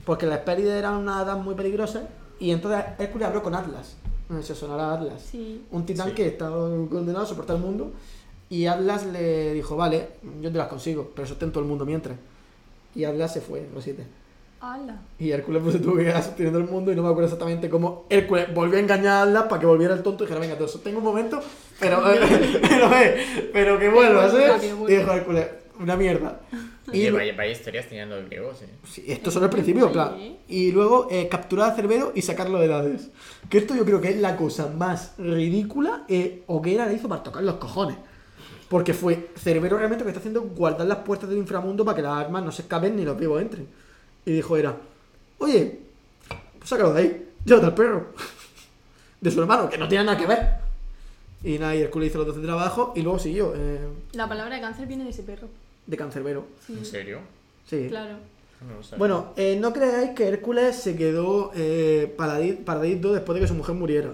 Speaker 3: porque las Hespérides eran una hada muy peligrosa y entonces Hércules habló con Atlas. No sé si os sonará Atlas.
Speaker 4: Sí.
Speaker 3: Un titán
Speaker 2: Sí.
Speaker 3: que está condenado a soportar el mundo y Atlas le dijo, vale, yo te las consigo, pero sostento el mundo mientras. Y Atlas se fue, los siete.
Speaker 4: ¡Hala!
Speaker 3: Y Hércules pues, se tuvo que quedar sosteniendo el mundo y no me acuerdo exactamente cómo Hércules volvió a engañar a Atlas para que volviera el tonto y dijera, venga, te sostengo un momento, pero, (laughs) pero, eh, pero que vuelvas,
Speaker 4: vuelva, que
Speaker 3: ¿eh?
Speaker 4: vuelva.
Speaker 3: Y dijo Hércules, una mierda. Y,
Speaker 2: Oye, vaya, vaya historias tenían los griegos, eh.
Speaker 3: Sí, esto solo es el principio, en plan. Y luego eh, capturar a Cerbero y sacarlo de Hades. Que esto yo creo que es la cosa más ridícula eh, o que era hizo para tocar los cojones. Porque fue Cerbero realmente lo que está haciendo es guardar las puertas del inframundo para que las armas no se escapen ni los vivos entren. Y dijo era, oye, pues sácalo de ahí, llévate al perro. (laughs) de su hermano, que no tiene nada que ver. Y nada, y Hércules hizo los 12 trabajos y luego siguió eh,
Speaker 4: La palabra cáncer viene de ese perro.
Speaker 3: de cancerbero.
Speaker 4: Sí,
Speaker 2: ¿En serio?
Speaker 3: Sí.
Speaker 4: claro.
Speaker 2: No lo sabía.
Speaker 3: Bueno, eh, no creáis que Hércules se quedó eh, paradi- paradito después de que su mujer muriera.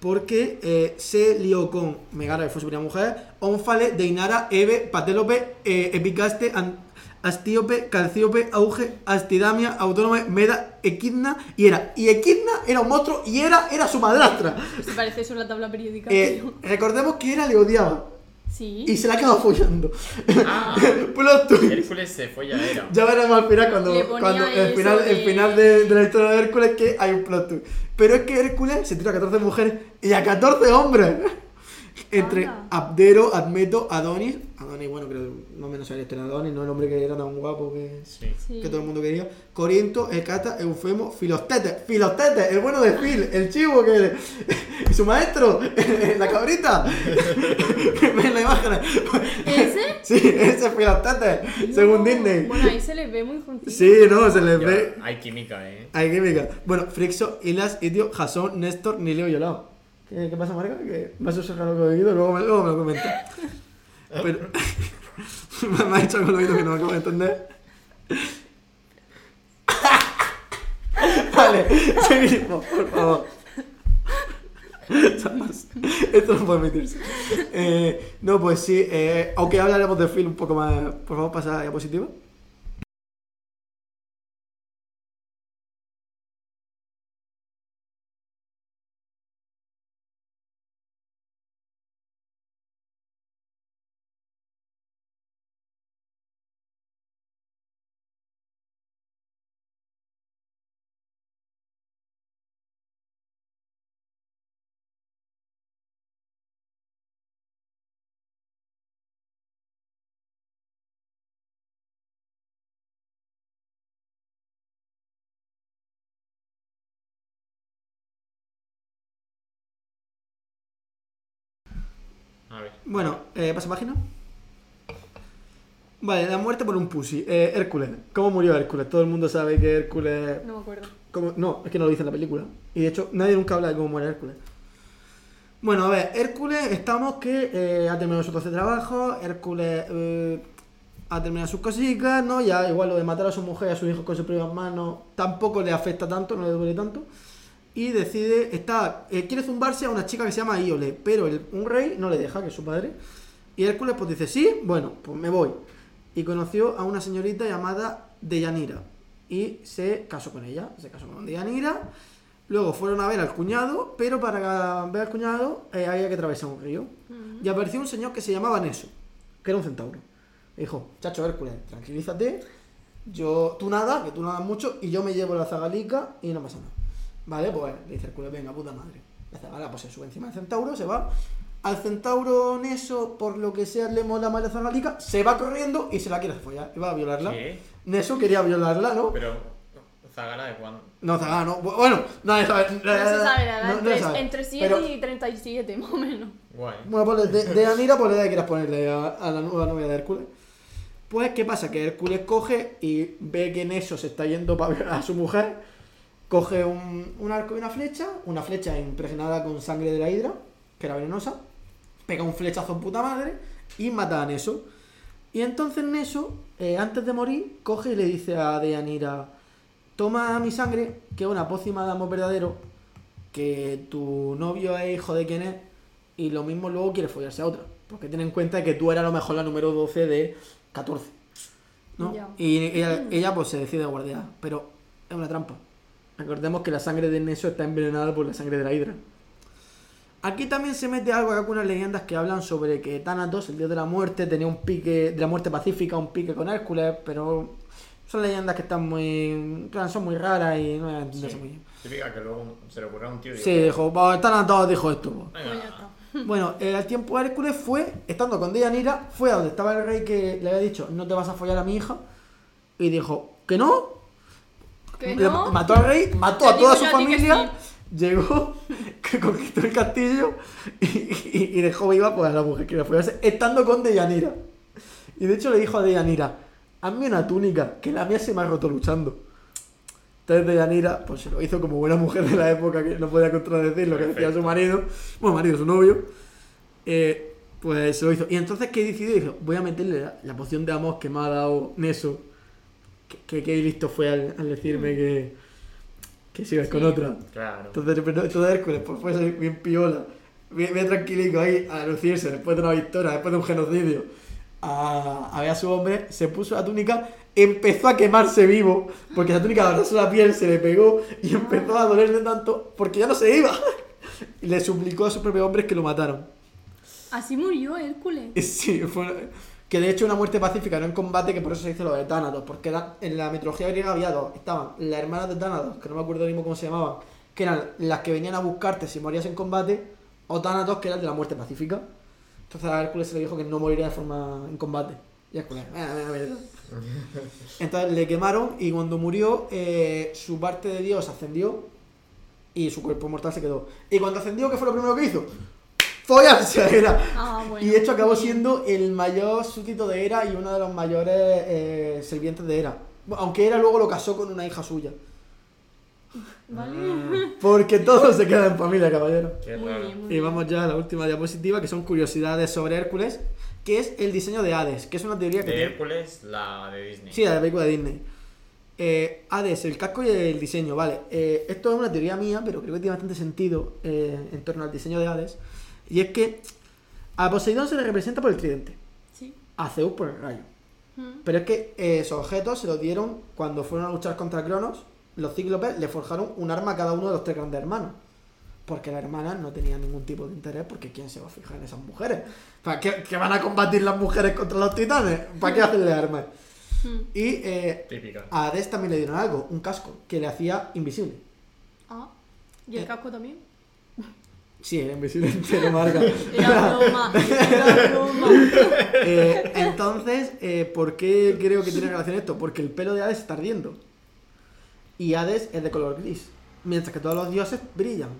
Speaker 3: Porque eh, se lió con Megara, que fue su primera mujer, Ónfale, Deinara, Eve, Patelope, eh, Epicaste, An- Astíope, Calcíope, Auge, Astidamia, Autónome, Meda, Equidna y era. Y Equidna era un monstruo y era, era su madrastra.
Speaker 4: Se parece eso a la tabla periódica.
Speaker 3: Eh,
Speaker 4: pero-
Speaker 3: recordemos que era le odiaba
Speaker 4: Sí.
Speaker 3: y se la acaba follando.
Speaker 2: (laughs) Ah,
Speaker 3: Plot twist.
Speaker 2: Hércules se fue ya era.
Speaker 3: (laughs) Ya veremos al final
Speaker 4: Le
Speaker 3: cuando,
Speaker 4: ponía
Speaker 3: cuando el
Speaker 4: eso
Speaker 3: final, el
Speaker 4: de-
Speaker 3: final de, de la historia de Hércules que hay un plot twist. Pero es que Hércules se tira a 14 mujeres y a 14 hombres. Entre
Speaker 4: Anda.
Speaker 3: Abdero, Admeto, Adonis. Adonis, bueno, creo no menos sabía la historia de Adonis, no el hombre que era tan guapo que,
Speaker 2: Sí.
Speaker 4: Sí.
Speaker 3: que todo el mundo quería. Corinto, Hecata, Eufemo, Filostete. Filostete, el bueno de Phil, el chivo que. Su maestro, (laughs) la cabrita. (laughs) Ven la imagen.
Speaker 4: ¿Ese?
Speaker 3: Sí, ese es Filostete, (laughs) según Disney.
Speaker 4: Bueno, ahí se les ve muy juntitos.
Speaker 3: Sí, no, se les
Speaker 2: Ya,
Speaker 3: ve.
Speaker 2: hay química, ¿eh?
Speaker 3: Hay que mirar. Bueno, Frixo, Ilas, Idio, Jason, Néstor, Nileo y Olao. ¿Qué, qué pasa, Marca? Que me has susurrado con el oído, luego me, luego me lo comenta. Pero. (laughs) me, me ha hecho con el oído que no me acabo de entender. (laughs) vale, seguimos, por favor. Chapas, Esto no puede emitirse. Eh, no, pues sí, eh, aunque hablaremos de film un poco más. Por favor, pasa a la diapositiva.
Speaker 2: A ver.
Speaker 3: Bueno, eh, pasa página. Vale, la muerte por un pussy. Eh, Hércules. ¿Cómo murió Hércules? Todo el mundo sabe que Hércules.
Speaker 4: No me acuerdo.
Speaker 3: ¿Cómo? No, es que no lo dice en la película. Y de hecho, nadie nunca habla de cómo muere Hércules. Bueno, a ver, Hércules, estamos que eh, ha terminado su 12 trabajo. Hércules eh, ha terminado sus cositas, ¿no? Ya igual lo de matar a su mujer y a sus hijos con sus propias manos tampoco le afecta tanto, no le duele tanto. Y decide, está, eh, quiere zumbarse a una chica que se llama Iole, pero el- un rey no le deja, que es su padre. Y Hércules pues dice, sí, bueno, pues me voy. Y conoció a una señorita llamada Deyanira. Y se casó con ella, se casó con Deyanira. Luego fueron a ver al cuñado, pero para ver al cuñado eh, había que atravesar un río. Y apareció un señor que se llamaba Neso, que era un centauro. Le dijo, chacho Hércules, tranquilízate, yo, tú nada, que tú nadas mucho, y yo me llevo la zagalica y no pasa nada. Vale, pues le dice Hércules, venga, puta madre. La zagala pues se sube encima del centauro, se va. Al centauro Neso, por lo que sea, le mola más la zagalica, se va corriendo y se la quiere follar, y va a violarla.
Speaker 2: ¿Qué?
Speaker 3: Neso quería violarla, ¿no?
Speaker 2: Pero, ¿Zagala de cuándo?
Speaker 3: No, Zagala no. Bu- Bueno, nadie sabe.
Speaker 4: No se sabe la edad.
Speaker 3: no- no
Speaker 4: entre,
Speaker 3: se sabe.
Speaker 4: entre 7
Speaker 3: Pero-
Speaker 4: y 37, (laughs) más o menos.
Speaker 2: Guay.
Speaker 3: Bueno, ponle de, de Anira, pues la edad que quieras ponerle a, a la nueva novia de Hércules. Pues, ¿qué pasa? Que Hércules coge y ve que en eso se está yendo para violar a su mujer. Coge un, un arco y una flecha, una flecha impregnada con sangre de la hidra, que era venenosa. Pega un flechazo en puta madre y mata a Neso. Y entonces Neso, eh, antes de morir, coge y le dice a Deanira: Toma mi sangre, que es una pócima de amor verdadero, que tu novio es hijo de quien es, y lo mismo luego quiere follarse a otra. Porque ten en cuenta que tú eras a lo mejor la número 12 de 14. ¿no?
Speaker 4: Ya.
Speaker 3: Y ella, ella, pues se decide a guardiar, pero es una trampa. Recordemos que la sangre de Neso está envenenada por la sangre de la hidra. Aquí también se mete algo, hay algunas leyendas que hablan sobre que Thanatos, el dios de la muerte, tenía un pique, de la muerte pacífica, un pique con Hércules, pero son leyendas que están muy, en plan, son muy raras y pues, no las entiendes muy bien.
Speaker 2: Típica que luego se le ocurre a un tío y
Speaker 3: Sí,
Speaker 2: digo,
Speaker 3: dijo, "Pues, Thanatos dijo esto. pues".
Speaker 4: Pues ya
Speaker 2: Venga.
Speaker 4: está.
Speaker 3: Bueno, eh, al tiempo Hércules fue, estando con Deianira, fue a donde estaba el rey que le había dicho, no te vas a follar a mi hija, y dijo, ¿que no?
Speaker 4: Que
Speaker 3: Le
Speaker 4: no.
Speaker 3: Mató al rey, mató
Speaker 4: Te
Speaker 3: a toda
Speaker 4: digo
Speaker 3: su
Speaker 4: yo a ti que
Speaker 3: familia, llegó, (laughs) que conquistó el castillo y, y- y dejó viva pues, a la mujer que iba a follarse, estando con Deyanira. Y de hecho le dijo a Deyanira, hazme una túnica, que la mía se me ha roto luchando. Entonces Deyanira, pues lo hizo como buena mujer de la época que no podía contradecir lo que decía su marido, bueno, marido, su novio, eh, pues se lo hizo. Y entonces, ¿qué decidió? Dijo, voy a meterle la, la poción de amos que me ha dado Neso. Que, que, que listo fue al, al decirme que, que sigas con
Speaker 4: Sí.
Speaker 3: otra.
Speaker 2: Claro.
Speaker 3: Entonces, pero entonces Hércules pues, fue así, bien piola, bien, bien tranquilico ahí a lucirse después de una victoria, después de un genocidio, a, a ver a su hombre, se puso la túnica, empezó a quemarse vivo, porque la túnica le abrazó la piel, se le pegó y empezó a dolerle tanto porque ya no se iba. Y le suplicó a sus propios hombres que lo mataron.
Speaker 4: Así murió Hércules.
Speaker 3: Y Sí, fue- que de hecho una muerte pacífica, no en combate, que por eso se dice lo de Tánatos, porque era- en la mitología griega había dos, estaban las hermanas de Tánatos, que no me acuerdo ahora mismo cómo se llamaban, que eran las que venían a buscarte si morías en combate, o Tánatos, que era el de la muerte pacífica. Entonces a Hércules se le dijo que no moriría de forma en combate. Y Hércules, "Ah, ah, verdad". Entonces le quemaron y cuando murió, eh, su parte de Dios ascendió y su cuerpo mortal se quedó. Y cuando ascendió, ¿qué fue lo primero que hizo? ¡Follarse! Era.
Speaker 4: Ah, bueno.
Speaker 3: Y esto acabó siendo el mayor súbdito de Hera y uno de los mayores eh, sirvientes de Hera. Aunque Hera luego lo casó con una hija suya.
Speaker 4: Vale.
Speaker 3: Porque todo se queda en familia, caballero.
Speaker 2: Ah, Qué
Speaker 4: Muy
Speaker 2: raro.
Speaker 4: bien, muy
Speaker 3: Y
Speaker 4: bien.
Speaker 3: vamos ya a la última diapositiva, que son curiosidades sobre Hércules, que es el diseño de Hades, que es una teoría que...
Speaker 2: De
Speaker 3: tiene-
Speaker 2: Hércules, la de Disney.
Speaker 3: Sí, la de la película de Disney. Eh, Hades, el casco y el diseño, vale. Eh, esto es una teoría mía, pero creo que tiene bastante sentido eh, en torno al diseño de Hades. Y es que a Poseidón se le representa por el tridente,
Speaker 4: Sí.
Speaker 3: a Zeus por el rayo.
Speaker 4: Mm.
Speaker 3: Pero es que eh, esos objetos se los dieron cuando fueron a luchar contra Cronos. Los cíclopes le forjaron un arma a cada uno de los tres grandes hermanos. Porque las hermanas no tenían ningún tipo de interés, porque ¿quién se va a fijar en esas mujeres? ¿Para qué, qué van a combatir las mujeres contra los titanes? ¿Para qué hacerle armas?
Speaker 4: Mm.
Speaker 3: Y eh,
Speaker 2: Típica.
Speaker 3: a Hades también le dieron algo, un casco, que le hacía invisible.
Speaker 4: Ah. ¿Y el
Speaker 3: Eh. (laughs)
Speaker 4: casco también?
Speaker 3: Sí, era invisible, (laughs) pero marca.
Speaker 4: Era broma. Era
Speaker 3: (laughs)
Speaker 4: broma.
Speaker 3: Eh, entonces, eh, ¿por qué creo que tiene relación esto? Porque el pelo de Hades está ardiendo. Y Hades es de color gris. Mientras que todos los dioses brillan.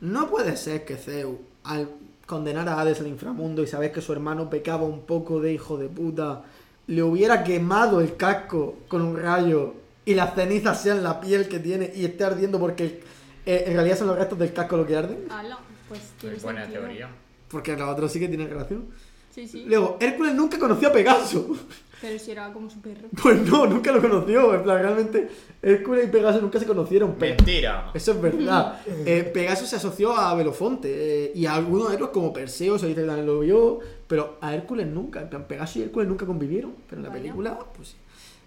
Speaker 3: No puede ser que Zeus, al condenar a Hades al inframundo y saber que su hermano pecaba un poco de hijo de puta, le hubiera quemado el casco con un rayo y las cenizas sean la piel que tiene y esté ardiendo porque eh, en realidad son los restos del casco lo que arden.
Speaker 4: Ala, pues tiene
Speaker 2: Muy buena
Speaker 4: sentido.
Speaker 2: teoría.
Speaker 3: Porque la otra sí que tiene relación.
Speaker 4: Sí, sí.
Speaker 3: Luego, Hércules nunca conoció a Pegaso. (laughs)
Speaker 4: Pero si era como su perro.
Speaker 3: Pues no, nunca lo conoció. En plan, realmente Hércules y Pegaso nunca se conocieron. pero-
Speaker 2: Mentira.
Speaker 3: Eso es verdad. Eh, Pegaso se asoció a Belofonte eh, y a algunos héroes como Perseo, se dice que también lo vio, pero a Hércules nunca. En plan, Pegaso y Hércules nunca convivieron, pero en la
Speaker 4: Vaya.
Speaker 3: película, pues sí.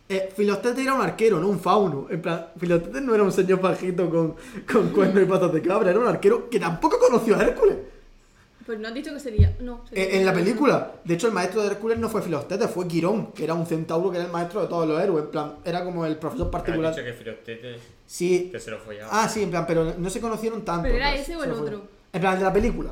Speaker 3: Eh, Filostete era un arquero, no un fauno. En plan, Filostete no era un señor bajito con, con cuerno y patas de cabra, era un arquero que tampoco conoció a Hércules.
Speaker 4: Pues no has dicho que sería. No. sería-
Speaker 3: Eh, En la película, de hecho, el maestro de Hércules no fue Filostete, fue Quirón, que era un centauro que era el maestro de todos los héroes. En plan, era como el profesor
Speaker 2: Has dicho
Speaker 3: particular.
Speaker 2: que Filoctetes
Speaker 3: Sí.
Speaker 2: que se lo follaba.
Speaker 3: Ah, sí, en plan, pero no se conocieron tanto.
Speaker 4: ¿Pero era
Speaker 3: pues,
Speaker 4: ese o
Speaker 3: se
Speaker 4: el
Speaker 3: lo fue.
Speaker 4: otro?
Speaker 3: En plan, el de la película.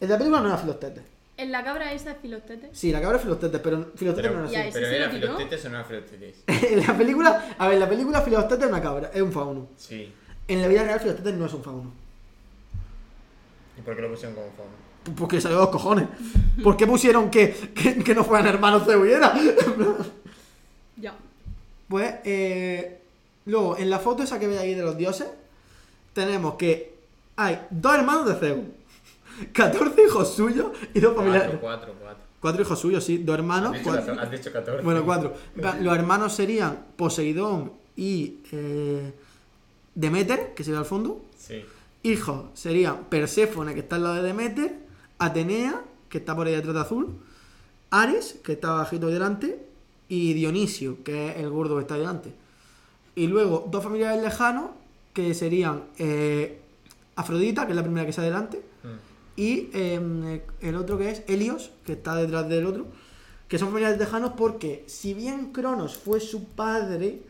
Speaker 3: El de la película no era Filostete.
Speaker 4: En la cabra esa es filostete.
Speaker 3: Sí, la cabra es Filostete, pero Filostete no
Speaker 2: Pero,
Speaker 3: era
Speaker 4: Ya,
Speaker 3: así.
Speaker 4: ese
Speaker 2: pero
Speaker 4: se
Speaker 2: era
Speaker 4: lo tiró.
Speaker 2: Filoctetes o no era Filoctetes.
Speaker 3: en (laughs) la película, a ver, en la película Filostete es una cabra, es un fauno.
Speaker 2: Sí.
Speaker 3: En la vida real Filostete no es un fauno.
Speaker 2: ¿Y por qué lo pusieron como fondo?
Speaker 3: Porque le salió dos
Speaker 4: (laughs)
Speaker 3: cojones. ¿Por qué pusieron que, que, que no fueran hermanos de hubiera?
Speaker 4: Ya.
Speaker 3: Pues, eh, luego, en la foto esa que veis ahí de los dioses, tenemos que hay dos hermanos de Zeus, (laughs) 14 hijos suyos y dos familiares.
Speaker 2: Cuatro, cuatro, cuatro.
Speaker 3: Cuatro hijos suyos, sí, dos hermanos.
Speaker 2: Has dicho
Speaker 3: Pues cuatro-
Speaker 2: cator- Has dicho 14.
Speaker 3: bueno, cuatro. Va, Los hermanos serían Poseidón y eh, Demeter, que se ve al fondo.
Speaker 2: Sí.
Speaker 3: Hijos serían Perséfone, que está al lado de Demeter, Atenea, que está por ahí detrás de azul, Ares, que está bajito delante, y Dionisio, que es el gordo que está delante. Y luego dos familiares lejanos, que serían eh, Afrodita, que es la primera que está delante,
Speaker 2: Mm.
Speaker 3: y eh, el otro que es Helios, que está detrás del otro, que son familiares lejanos porque si bien Cronos fue su padre,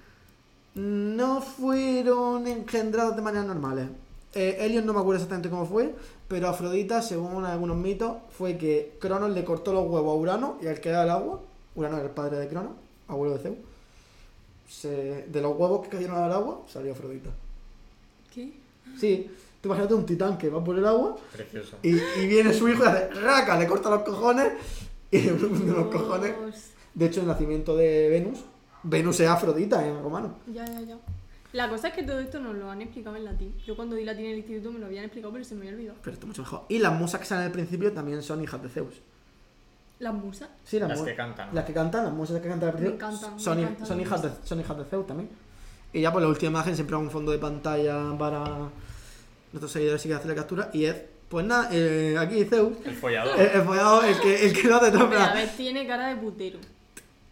Speaker 3: no fueron engendrados de maneras normales. Eh, Helios no me acuerdo exactamente cómo fue, pero Afrodita, según algunos mitos, fue que Cronos le cortó los huevos a Urano y al quedar el agua, Urano era el padre de Cronos, abuelo de Zeus, se- de los huevos que cayeron al agua salió Afrodita.
Speaker 4: ¿Qué?
Speaker 3: (laughs) Sí, tú imagínate un titán que va por el agua
Speaker 2: Precioso.
Speaker 3: y, y viene su hijo y hace raca, le corta los cojones y le funde los cojones.
Speaker 4: Dios.
Speaker 3: De hecho, el nacimiento de Venus, Venus es Afrodita en romano.
Speaker 4: Ya, ya, ya. La cosa es que todo esto nos lo han explicado en latín. Yo cuando di latín en el instituto me lo habían explicado, pero se me había olvidado.
Speaker 3: Pero esto es mucho mejor. Y las musas que salen al principio también son hijas de Zeus.
Speaker 4: Las musas.
Speaker 3: Sí,
Speaker 2: Las
Speaker 3: mu-
Speaker 2: que cantan.
Speaker 3: Las que cantan, las musas que cantan al
Speaker 4: Me
Speaker 3: principio.
Speaker 4: encantan,
Speaker 3: son,
Speaker 4: me
Speaker 3: hij-
Speaker 4: encantan
Speaker 3: son
Speaker 4: las
Speaker 3: hijas de, son hijas de Zeus también. Y ya por la última imagen siempre hago un fondo de pantalla para nuestros seguidores si quieren hacer la captura. Y es, pues nada, eh, aquí Zeus.
Speaker 2: El follador.
Speaker 3: El, el follado, el que, el que no te
Speaker 4: Pero a
Speaker 3: toca.
Speaker 4: ver, tiene cara de putero.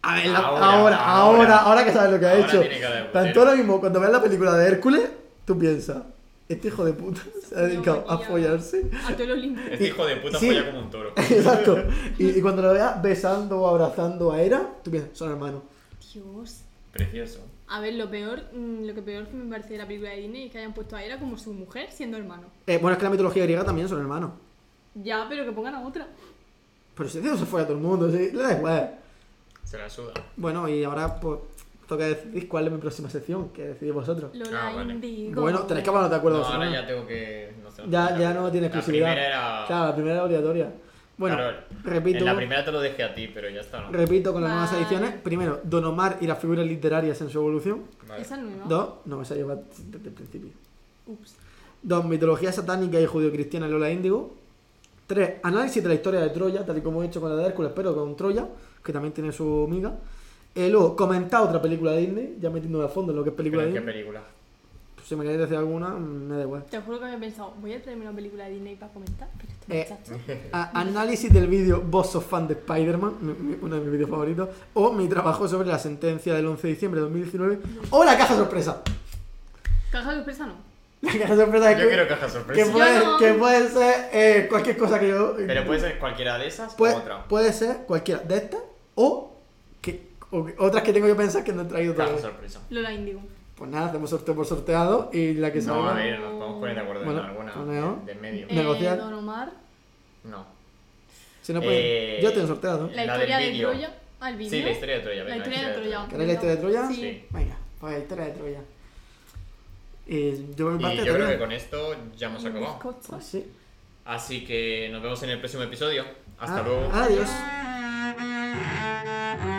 Speaker 3: A ver, la-
Speaker 2: Ahora,
Speaker 3: ahora, ahora, ahora,
Speaker 2: ahora.
Speaker 3: que sabes lo que ha
Speaker 2: Ahora
Speaker 3: hecho.
Speaker 2: tiene cara de
Speaker 3: Tanto
Speaker 2: putero.
Speaker 3: ahora mismo, cuando ves la película de Hércules, tú piensas, este hijo de puta se ha
Speaker 4: Dios
Speaker 3: dedicado a
Speaker 4: mío.
Speaker 3: follarse. (laughs)
Speaker 4: A todo el Olimpo.
Speaker 2: Este hijo de puta
Speaker 3: Sí.
Speaker 2: folla como un toro.
Speaker 3: Exacto. Y, y cuando lo veas besando o abrazando a Hera, tú piensas, son hermanos.
Speaker 4: Dios.
Speaker 2: Precioso.
Speaker 4: A ver, lo peor, mm, lo que peor que me parece de la película de Disney es que hayan puesto a Hera como su mujer siendo hermano.
Speaker 3: Eh, bueno, es que la mitología griega también son hermanos.
Speaker 4: Ya, pero que pongan a otra.
Speaker 3: Pero si Dios se fue a todo el mundo, sí, le da igual.
Speaker 2: Se la suda.
Speaker 3: Bueno, y ahora pues toca decidir cuál es mi próxima sección, que decidís vosotros.
Speaker 4: Lola
Speaker 2: Ah, vale.
Speaker 4: Indigo.
Speaker 3: Bueno, tenéis que hablar de acuerdo
Speaker 2: No,
Speaker 3: vosotros.
Speaker 2: ahora
Speaker 3: ¿no?
Speaker 2: ya tengo que. No sé,
Speaker 3: ya, ya no tiene exclusividad.
Speaker 2: La primera era.
Speaker 3: Claro, la primera era obligatoria. Bueno,
Speaker 2: Claro,
Speaker 3: repito.
Speaker 2: En la primera te lo dejé a ti, pero ya está, ¿no?
Speaker 3: Repito con las nuevas
Speaker 4: Vale.
Speaker 3: ediciones. Primero, Don Omar y las figuras literarias en su evolución.
Speaker 2: Vale.
Speaker 4: Esa es nueva.
Speaker 3: Dos, no me se lleva desde el principio.
Speaker 4: Ups.
Speaker 3: Dos, mitología satánica y judio-cristiana en Lola Índigo. Tres, análisis de la historia de Troya, tal y como he hecho con la de Hércules, pero con Troya, que también tiene su miga. Eh, luego, comentar otra película de Disney, ya metiéndome a fondo en lo que es película
Speaker 2: Pero
Speaker 3: de
Speaker 2: ¿en qué
Speaker 3: Disney.
Speaker 2: película?
Speaker 3: Pues si me queréis decir alguna, mm, me da igual.
Speaker 4: Te juro que había pensado, voy a traerme una película de Disney para comentar, pero este
Speaker 3: Eh,
Speaker 4: muchacho.
Speaker 3: A- análisis del vídeo Vos sos fan de Spider-Man, mi- mi- uno de mis vídeos favoritos, o mi trabajo sobre la sentencia del 11 de diciembre de 2019, o la caja sorpresa.
Speaker 4: Caja de sorpresa no.
Speaker 3: La caja sorpresa es
Speaker 2: Yo
Speaker 3: que,
Speaker 2: quiero caja
Speaker 3: que
Speaker 2: sorpresa.
Speaker 3: puede,
Speaker 4: Yo no.
Speaker 3: que puede ser eh, cualquier cosa que yo...
Speaker 2: Pero puede ser cualquiera de esas
Speaker 3: Puede-
Speaker 2: o otra.
Speaker 3: puede ser cualquiera de estas o, que, o que- otras que tengo yo pensar que no he traído
Speaker 2: Caja
Speaker 3: todavía.
Speaker 2: sorpresa.
Speaker 4: Lola Indigo.
Speaker 3: Pues nada, hacemos sorteo por sorteado y la que
Speaker 2: No,
Speaker 3: salga...
Speaker 2: a ver, nos podemos poner de acuerdo
Speaker 3: Bueno,
Speaker 2: en alguna
Speaker 3: poneo.
Speaker 2: de en medio.
Speaker 3: Eh, Negociar.
Speaker 4: Don Omar.
Speaker 2: No.
Speaker 3: si no, pues,
Speaker 2: eh,
Speaker 3: yo tengo sorteado.
Speaker 4: La
Speaker 2: La
Speaker 4: historia
Speaker 2: del
Speaker 4: de
Speaker 2: vídeo.
Speaker 4: Troya. Ah, el vídeo.
Speaker 2: Sí, la historia de Troya.
Speaker 4: La
Speaker 2: venga,
Speaker 4: historia de Troya.
Speaker 3: ¿Queréis la historia de Troya?
Speaker 4: Sí.
Speaker 2: Sí.
Speaker 3: Venga, pues la historia de Troya. Eh, yo me
Speaker 2: Y
Speaker 3: parte
Speaker 2: yo creo
Speaker 3: Troya.
Speaker 2: que con esto ya
Speaker 4: Mm,
Speaker 2: hemos acabado.
Speaker 4: Bizcocho.
Speaker 3: Pues sí.
Speaker 2: Así que nos vemos en el próximo episodio. Hasta
Speaker 3: Ah,
Speaker 2: luego.
Speaker 3: Adiós.
Speaker 1: Adiós.